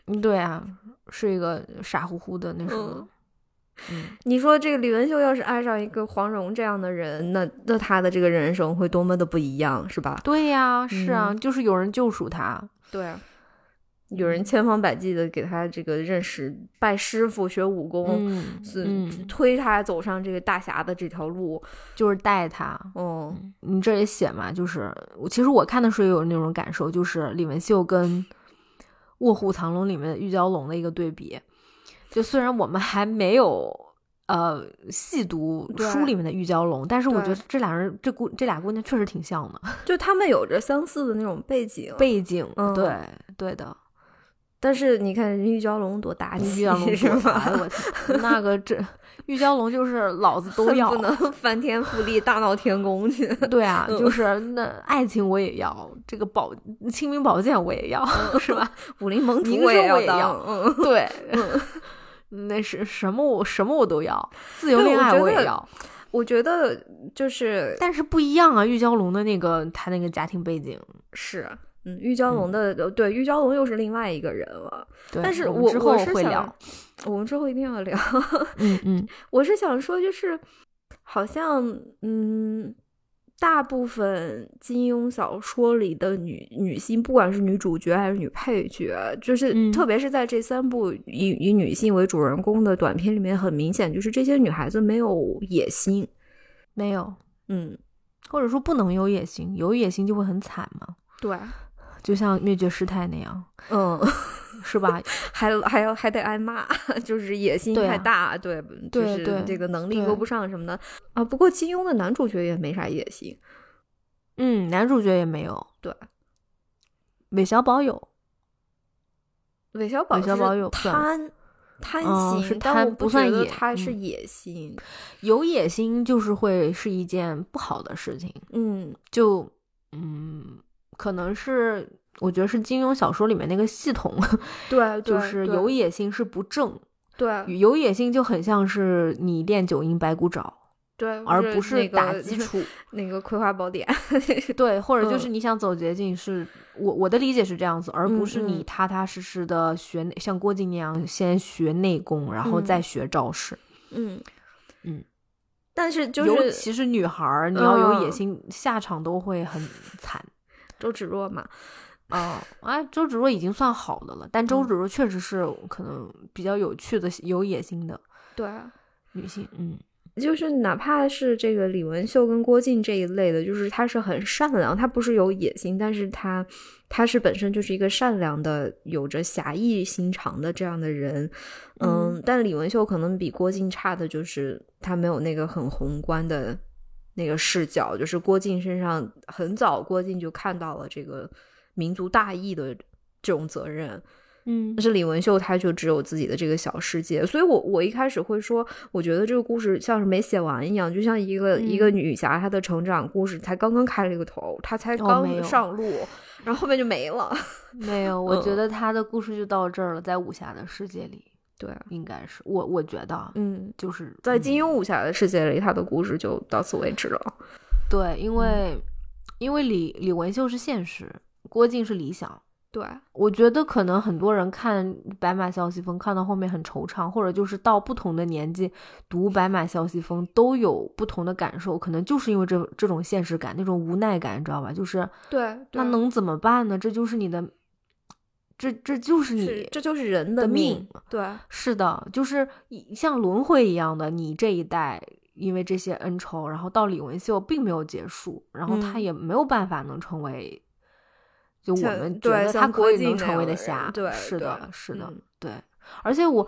Speaker 2: 嗯对啊，是一个傻乎乎的那什么
Speaker 1: 嗯，
Speaker 2: 嗯，
Speaker 1: 你说这个李文秀要是爱上一个黄蓉这样的人，那那他的这个人生会多么的不一样，是吧？
Speaker 2: 对呀、是
Speaker 1: 嗯
Speaker 2: 啊，就是有人救赎他，
Speaker 1: 对，
Speaker 2: 啊
Speaker 1: 有
Speaker 2: 嗯
Speaker 1: 人千方百计的给他这个认识拜师傅学武功，
Speaker 2: 嗯
Speaker 1: 是
Speaker 2: 嗯，
Speaker 1: 推他走上这个大侠的这条路。
Speaker 2: 就是带他，
Speaker 1: 哦，
Speaker 2: 你这也写嘛，就是我其实我看的时候也有那种感受，就是李文秀跟《卧虎藏龙》里面的玉娇龙的一个对比。就虽然我们还没有呃细读
Speaker 1: 对
Speaker 2: 书里面的玉娇龙，但是我
Speaker 1: 对嗯
Speaker 2: 觉得这俩人这姑这俩姑娘确实挺像的
Speaker 1: 就他们有着相似的那种背景，
Speaker 2: 背景，
Speaker 1: 嗯
Speaker 2: 对对的。
Speaker 1: 但是你看人玉娇龙多
Speaker 2: (laughs)
Speaker 1: 大
Speaker 2: 玉
Speaker 1: 气
Speaker 2: 娇龙
Speaker 1: 是
Speaker 2: 多
Speaker 1: 吧？
Speaker 2: 哎我天那个
Speaker 1: (laughs)
Speaker 2: 这玉娇龙就是老子都
Speaker 1: 恨
Speaker 2: 要
Speaker 1: 不，能翻天覆地大闹天宫去。
Speaker 2: (laughs) 对啊，
Speaker 1: 嗯
Speaker 2: 就是那爱情我也要，这个宝清明宝剑我也要，
Speaker 1: 嗯
Speaker 2: 是吧？ (laughs)
Speaker 1: 武林盟主
Speaker 2: 宁
Speaker 1: 我
Speaker 2: 州
Speaker 1: 也
Speaker 2: 我
Speaker 1: 要
Speaker 2: 也
Speaker 1: 当，
Speaker 2: 要
Speaker 1: 嗯，
Speaker 2: 对，那是什么我什么我都要，自由
Speaker 1: 对
Speaker 2: 恋
Speaker 1: 我
Speaker 2: 爱
Speaker 1: 觉
Speaker 2: 我
Speaker 1: 得
Speaker 2: 也要，
Speaker 1: 我觉得就是
Speaker 2: 但是不一样啊。玉娇龙的那个他那个家庭背景，
Speaker 1: 是，嗯，玉娇龙的、呃对，玉娇龙又是另外一个人了。
Speaker 2: 对，
Speaker 1: 但是
Speaker 2: 我们
Speaker 1: 我
Speaker 2: 之后
Speaker 1: 我是
Speaker 2: 会
Speaker 1: 想
Speaker 2: 聊，
Speaker 1: 我们之后一定要聊。 (laughs)
Speaker 2: 嗯嗯，
Speaker 1: 我是想说，就是好像嗯，大部分金庸小说里的女女性，不管是女主角还是女配角，就是、
Speaker 2: 嗯
Speaker 1: 特别是在这三部以以女性为主人公的短片里面，很明显就是这些女孩子没有野心。
Speaker 2: 没有，
Speaker 1: 嗯，
Speaker 2: 或者说不能有野心，有野心就会很惨嘛，
Speaker 1: 对，
Speaker 2: 就像灭绝师太那样，
Speaker 1: 嗯， (laughs)
Speaker 2: 是吧？
Speaker 1: 还还要还得挨骂，就是野心
Speaker 2: 对啊
Speaker 1: 太大，对,、嗯
Speaker 2: 对
Speaker 1: 就
Speaker 2: 对
Speaker 1: 是这个能力
Speaker 2: 对
Speaker 1: 够不上什么的啊。不过金庸的男主角也没啥野心，
Speaker 2: 嗯，男主角也没有，
Speaker 1: 对，
Speaker 2: 韦小宝有，
Speaker 1: 韦小宝
Speaker 2: 韦小宝
Speaker 1: 是
Speaker 2: 有算
Speaker 1: 贪贪
Speaker 2: 哦
Speaker 1: 心，
Speaker 2: 是
Speaker 1: 但
Speaker 2: 贪
Speaker 1: 我
Speaker 2: 不
Speaker 1: 觉
Speaker 2: 算
Speaker 1: 得
Speaker 2: 野
Speaker 1: 他是
Speaker 2: 嗯
Speaker 1: 野心，
Speaker 2: 有野心就是会是一件不好的事情，
Speaker 1: 嗯
Speaker 2: 就嗯，可能是我觉得是金庸小说里面那个系统，
Speaker 1: 对，
Speaker 2: 就
Speaker 1: 对
Speaker 2: 是
Speaker 1: 对
Speaker 2: 有野心是不正，
Speaker 1: 对
Speaker 2: 有野心就很像是你练九阴白骨爪，
Speaker 1: 对，
Speaker 2: 而
Speaker 1: 就
Speaker 2: 不
Speaker 1: 是那
Speaker 2: (laughs) 是打
Speaker 1: 个
Speaker 2: 基础。
Speaker 1: (laughs) 那个《葵花宝典》
Speaker 2: 对，或者就
Speaker 1: 嗯
Speaker 2: 是你想走捷径是，我我的理解是这样子，而不是
Speaker 1: 嗯
Speaker 2: 你
Speaker 1: 嗯
Speaker 2: 踏踏实实的学内，像郭靖那样先学内功，然后
Speaker 1: 嗯
Speaker 2: 再学招式。
Speaker 1: 嗯
Speaker 2: 嗯，
Speaker 1: 但是就
Speaker 2: 尤
Speaker 1: 是
Speaker 2: 其是女孩儿，你要有野
Speaker 1: 嗯
Speaker 2: 心，下场都会很惨。
Speaker 1: 周芷若嘛，
Speaker 2: 哦，啊，周芷若已经算好的了，但周
Speaker 1: 嗯
Speaker 2: 芷若确实是可能比较有趣的、有野心的
Speaker 1: 对，啊
Speaker 2: 女性。嗯，
Speaker 1: 就是哪怕是这个李文秀跟郭靖这一类的，就是他是很善良，他不是有野心，但是他他是本身就是一个善良的、有着侠义心肠的这样的人。嗯，但李文秀可能比郭靖差的就是他没有那个很宏观的。那个视角，就是郭靖身上很早，郭靖就看到了这个民族大义的这种责任。
Speaker 2: 嗯
Speaker 1: 但是李文秀他就只有自己的这个小世界，所以我我一开始会说，我觉得这个故事像是没写完一样，就像一个、一个
Speaker 2: 嗯
Speaker 1: 女侠她的成长故事才刚刚开了一个头，她才
Speaker 2: 哦
Speaker 1: 刚
Speaker 2: 没有
Speaker 1: 上路，然后后面就没了。 (laughs)
Speaker 2: 没有，我觉
Speaker 1: 嗯
Speaker 2: 得他的故事就到这儿了，在武侠的世界里，
Speaker 1: 对，
Speaker 2: 应该是我我觉得啊
Speaker 1: 嗯，
Speaker 2: 就是
Speaker 1: 在金
Speaker 2: 嗯
Speaker 1: 庸武侠的世界里，他的故事就到此为止了。
Speaker 2: 对，因为、因为李李文秀是现实，郭靖是理想。
Speaker 1: (laughs) 对，
Speaker 2: 我觉得可能很多人看《白马啸西风》看到后面很惆怅，或者就是到不同的年纪读《白马啸西风》都有不同的感受，可能就是因为这这种现实感、那种无奈感，你知道吧？就是
Speaker 1: 对，啊
Speaker 2: 那能怎么办呢？这就是你的，这这就是你
Speaker 1: 是这就是人
Speaker 2: 的
Speaker 1: 命。
Speaker 2: 命
Speaker 1: 对，
Speaker 2: 是的，就是一像轮回一样的，你这一代因为这些恩仇，然后到李文秀并没有结束，然后他
Speaker 1: 嗯
Speaker 2: 也没有办法能成为，就我
Speaker 1: 像
Speaker 2: 们觉
Speaker 1: 对
Speaker 2: 得他
Speaker 1: 像郭
Speaker 2: 可以
Speaker 1: 靖
Speaker 2: 能
Speaker 1: 那
Speaker 2: 成为
Speaker 1: 样的
Speaker 2: 侠
Speaker 1: 人。对
Speaker 2: 是的，
Speaker 1: 对
Speaker 2: 是的，
Speaker 1: 嗯
Speaker 2: 对。而且我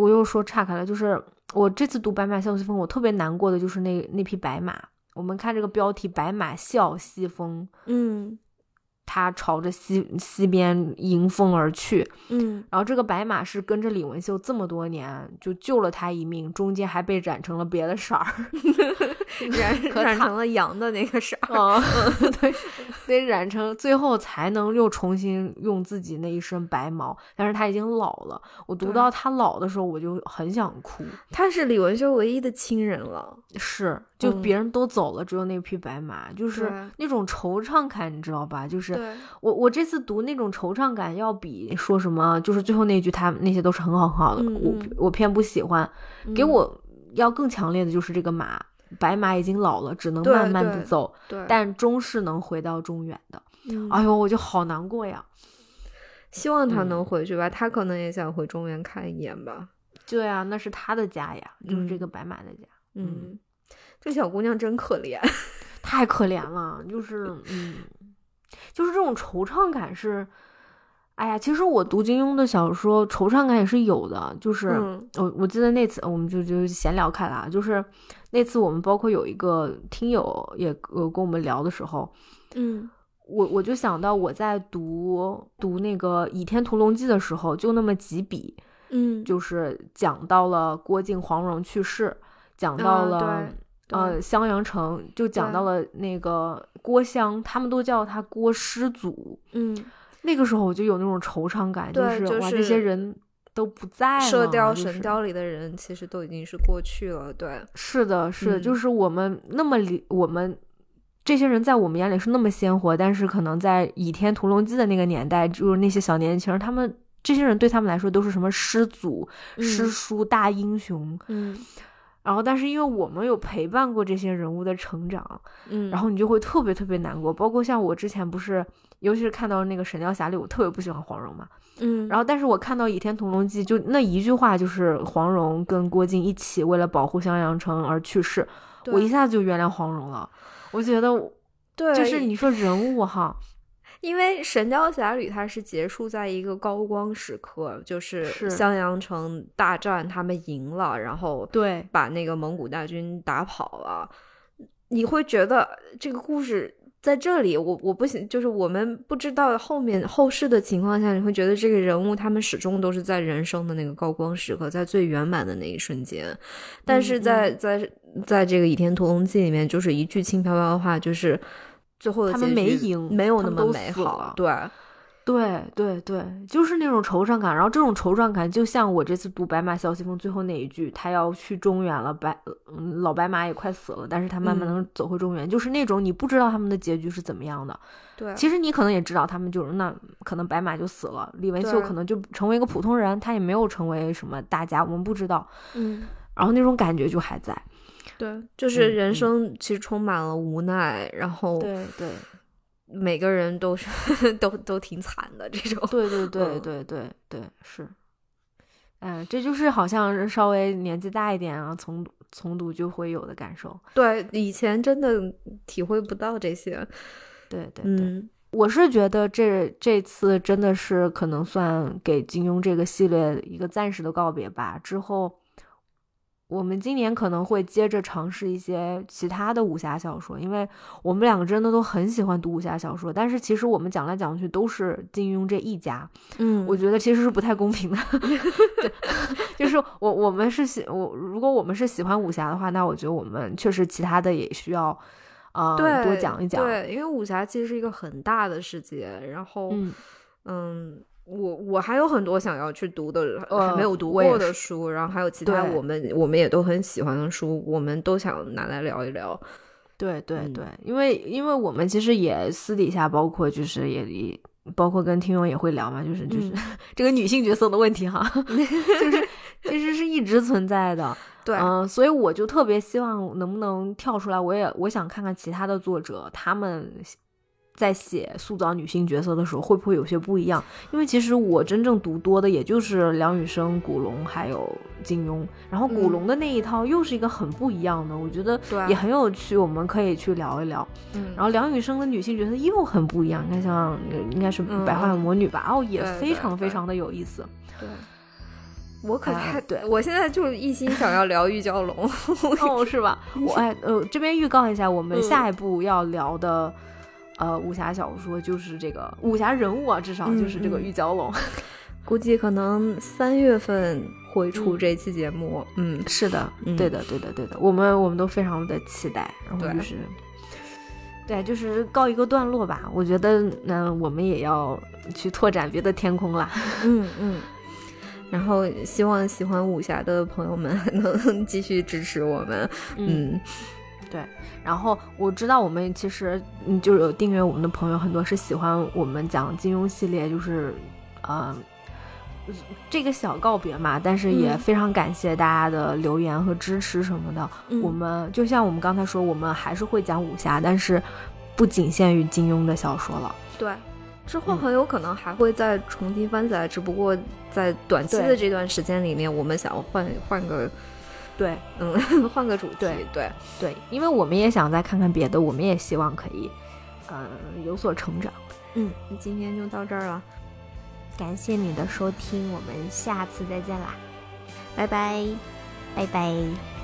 Speaker 2: 我又说岔开了，就是我这次读《白马啸西风》，我特别难过的就是那那匹白马。我们看这个标题《白马啸西风》，
Speaker 1: 嗯
Speaker 2: 它朝着西西边迎风而去。
Speaker 1: (laughs) 嗯，
Speaker 2: 然后这个白马是跟着李文秀这么多年，就救了他一命，中间还被染成了别的色儿。 (laughs)
Speaker 1: 染
Speaker 2: 可
Speaker 1: 染
Speaker 2: 惨
Speaker 1: 成了羊的那个 (laughs) 色儿。
Speaker 2: 啊，对，得染成，最后才能又重新用自己那一身白毛。但是他已经老了，我读
Speaker 1: 对
Speaker 2: 到他老的时候，我就很想哭。
Speaker 1: 他是李文秀唯一的亲人了。
Speaker 2: 是，就
Speaker 1: 嗯
Speaker 2: 别人都走了，只有那匹白马，就是
Speaker 1: 对
Speaker 2: 那种惆怅感，你知道吧？就是我我这次读那种惆怅感，要比说什么就是最后那句他那些都是很好很好的，
Speaker 1: 嗯
Speaker 2: 我
Speaker 1: 嗯
Speaker 2: 我偏不喜欢。给
Speaker 1: 嗯
Speaker 2: 我要更强烈的就是这个马，白马已经老了，只能
Speaker 1: 对
Speaker 2: 慢慢的
Speaker 1: 对
Speaker 2: 走，
Speaker 1: 对，
Speaker 2: 但终是能回到中原的。
Speaker 1: 嗯
Speaker 2: 哎呦，我就好难过呀。
Speaker 1: 希望他能
Speaker 2: 嗯
Speaker 1: 回去吧，他可能也想回中原看一眼吧。
Speaker 2: 对啊，那是他的家呀，就是这
Speaker 1: 嗯
Speaker 2: 个白马的家，
Speaker 1: 嗯
Speaker 2: 嗯，
Speaker 1: 这小姑娘真可怜。
Speaker 2: 太可怜了。就是嗯，就是这种惆怅感是。哎呀，其实我读金庸的小说，惆怅感也是有的。就是、
Speaker 1: 嗯
Speaker 2: 我我记得那次我们就就闲聊开了啊，就是那次我们包括有一个听友也呃跟我们聊的时候，
Speaker 1: 嗯
Speaker 2: 我我就想到我在读读那个《倚天屠龙记》的时候，就那么几笔，
Speaker 1: 嗯
Speaker 2: 就是讲到了郭靖、黄蓉去世，讲到
Speaker 1: 嗯
Speaker 2: 了、
Speaker 1: 对
Speaker 2: 呃襄阳城，就讲
Speaker 1: 对
Speaker 2: 到了那个郭襄，他们都叫他郭师祖。
Speaker 1: 嗯，
Speaker 2: 那个时候我就有那种惆怅感，
Speaker 1: 对
Speaker 2: 是、
Speaker 1: 就
Speaker 2: 哇，这些
Speaker 1: 是
Speaker 2: 人都不在了，
Speaker 1: 《射雕》
Speaker 2: 就
Speaker 1: 《神
Speaker 2: 是
Speaker 1: 雕》里的人其实都已经是过去了。对，
Speaker 2: 是的，是的，
Speaker 1: 嗯
Speaker 2: 就是我们那么理我们。这些人在我们眼里是那么鲜活，但是可能在《倚天屠龙记》的那个年代，就是那些小年轻儿，他们这些人对他们来说都是什么师祖、师
Speaker 1: 嗯
Speaker 2: 叔、大英雄。
Speaker 1: 嗯
Speaker 2: 然后，但是因为我们有陪伴过这些人物的成长，
Speaker 1: 嗯，
Speaker 2: 然后你就会特别特别难过。包括像我之前不是，尤其是看到那个《神雕侠侣》，我特别不喜欢黄蓉嘛。
Speaker 1: 嗯，
Speaker 2: 然后，但是我看到《倚天屠龙记》，就那一句话，就是黄蓉跟郭靖一起为了保护襄阳城而去世，
Speaker 1: 后
Speaker 2: 我一下子就原谅黄蓉了。我觉得我
Speaker 1: 对，
Speaker 2: 就是你说人物哈，
Speaker 1: 因为《神雕侠侣》它是结束在一个高光时刻，就是
Speaker 2: 是
Speaker 1: 襄阳城大战，他们赢了，然后
Speaker 2: 对
Speaker 1: 把那个蒙古大军打跑了。你会觉得这个故事在这里，我我不行，就是我们不知道后面后世的情况下，你会觉得这个人物他们始终都是在人生的那个高光时刻，在最圆满的那一瞬间。但是
Speaker 2: 嗯
Speaker 1: 在、在在这个《倚天屠龙记》里面，就是一句轻飘飘的话，就是最后的
Speaker 2: 他们
Speaker 1: 结局
Speaker 2: 没赢
Speaker 1: 没有
Speaker 2: 他
Speaker 1: 那么
Speaker 2: 们都
Speaker 1: 美
Speaker 2: 死
Speaker 1: 好
Speaker 2: 了。
Speaker 1: 对，
Speaker 2: 对对对，就是那种惆怅感。然后这种惆怅感，就像我这次读《白马啸西风》最后那一句，他要去中原了，白嗯老白马也快死了，但是他慢慢
Speaker 1: 嗯
Speaker 2: 能走回中原，就是那种你不知道他们的结局是怎么样的。
Speaker 1: 对，
Speaker 2: 其实你可能也知道，他们就是那可能白马就死了，李文秀
Speaker 1: 对
Speaker 2: 可能就成为一个普通人，他也没有成为什么大家，我们不知道。
Speaker 1: 嗯，
Speaker 2: 然后那种感觉就还在。
Speaker 1: 对，就是
Speaker 2: 嗯
Speaker 1: 人
Speaker 2: 嗯
Speaker 1: 生其实充满了无奈，然后
Speaker 2: 对
Speaker 1: 每个人都是 (laughs) 都都挺惨的这 (laughs) 种。
Speaker 2: 对对对
Speaker 1: 嗯
Speaker 2: 对对对，是。嗯，这就是好像稍微年纪大一点啊，重读重读就会有的感受。
Speaker 1: 对，以前真的体会不到这些。
Speaker 2: 对对对，
Speaker 1: 嗯
Speaker 2: 我是觉得这这次真的是可能算给金庸这个系列一个暂时的告别吧。之后，我们今年可能会接着尝试一些其他的武侠小说，因为我们两个真的都很喜欢读武侠小说，但是其实我们讲来讲去都是金庸这一家，
Speaker 1: 嗯
Speaker 2: 我觉得其实是不太
Speaker 1: (laughs)
Speaker 2: 公平的。对，就是我我们是喜我如果我们是喜欢武侠的话，那我觉得我们确实其他的也需要啊、呃
Speaker 1: 对
Speaker 2: 多讲一讲。
Speaker 1: 对，因为武侠其实是一个很大的世界，然后
Speaker 2: 嗯，
Speaker 1: 嗯，我我还有很多想要去读的，
Speaker 2: 呃
Speaker 1: 还没有读
Speaker 2: 我也
Speaker 1: 过的书，然后还有其他
Speaker 2: 对
Speaker 1: 我们我们也都很喜欢的书，我们都想拿来聊一聊。 (laughs)
Speaker 2: 对对
Speaker 1: 嗯
Speaker 2: 对，因为因为我们其实也私底下，包括就是也也包括跟听友也会聊嘛，就是就是、
Speaker 1: 嗯
Speaker 2: (laughs) 这个女性角色的问题哈， (laughs) 就是其实是一直存在的，
Speaker 1: 对，
Speaker 2: 嗯、所以我就特别希望能不能跳出来，我也我想看看其他的作者他们。在写塑造女性角色的时候，会不会有些不一样？因为其实我真正读多的也就是梁羽生、古龙还有金庸，然后古
Speaker 1: 嗯
Speaker 2: 龙的那一套又是一个很不一样的，我觉得
Speaker 1: 对啊
Speaker 2: 也很有趣，我们可以去聊一聊。
Speaker 1: 嗯
Speaker 2: 然后梁羽生的女性角色又很不一样，你看像呃应该是
Speaker 1: 嗯
Speaker 2: 白发魔女吧，哦，也
Speaker 1: 对
Speaker 2: 非常
Speaker 1: 对
Speaker 2: 非常的有
Speaker 1: (laughs)
Speaker 2: 意思。
Speaker 1: 嗯对。我可
Speaker 2: 哎
Speaker 1: 太、
Speaker 2: 对
Speaker 1: 我现在就一心想要聊玉娇龙，
Speaker 2: 哦，是吧？ (laughs) 我哎呃，这边预告一下，我们
Speaker 1: 嗯
Speaker 2: 下一步要聊的。呃，武侠小说就是这个武侠人物啊，至少
Speaker 1: 嗯
Speaker 2: 就是这个
Speaker 1: 嗯
Speaker 2: 玉
Speaker 1: (laughs)
Speaker 2: 娇龙。
Speaker 1: 估计可能三月份会出
Speaker 2: 嗯
Speaker 1: 这期节目。嗯，
Speaker 2: 是的，
Speaker 1: 嗯
Speaker 2: (laughs) 对的，对的，对的，我们我们都非常的期待，然后
Speaker 1: 对
Speaker 2: 就是，对，就是告一个段落吧。我觉得，嗯、我们也要去拓展别的天空啦。
Speaker 1: 嗯嗯，然后希望喜欢武侠的朋友们还能继续支持我们。
Speaker 2: (laughs)
Speaker 1: 嗯
Speaker 2: 然后我知道我们其实嗯，就是有订阅我们的朋友很多是喜欢我们讲金庸系列，就是呃这个小告别嘛，但是也
Speaker 1: 嗯
Speaker 2: 非常感谢大家的留言和支持什么的。
Speaker 1: 嗯
Speaker 2: 我们就像我们刚才说，我们还是会讲武侠，但是不仅限于金庸的小说了。
Speaker 1: 对，之后
Speaker 2: 嗯
Speaker 1: 很有可能还会再重新翻起来，只不过在短期
Speaker 2: 对
Speaker 1: 的这段时间里面，我们想要换换个
Speaker 2: 对
Speaker 1: 嗯 (laughs) 换个主题。
Speaker 2: 对
Speaker 1: 对
Speaker 2: 对，因为我们也想再看看别的，我们也希望可以呃有所成长。
Speaker 1: 嗯，今天就到这儿了，
Speaker 3: 感谢你的收听，我们下次再见啦，拜拜，拜拜。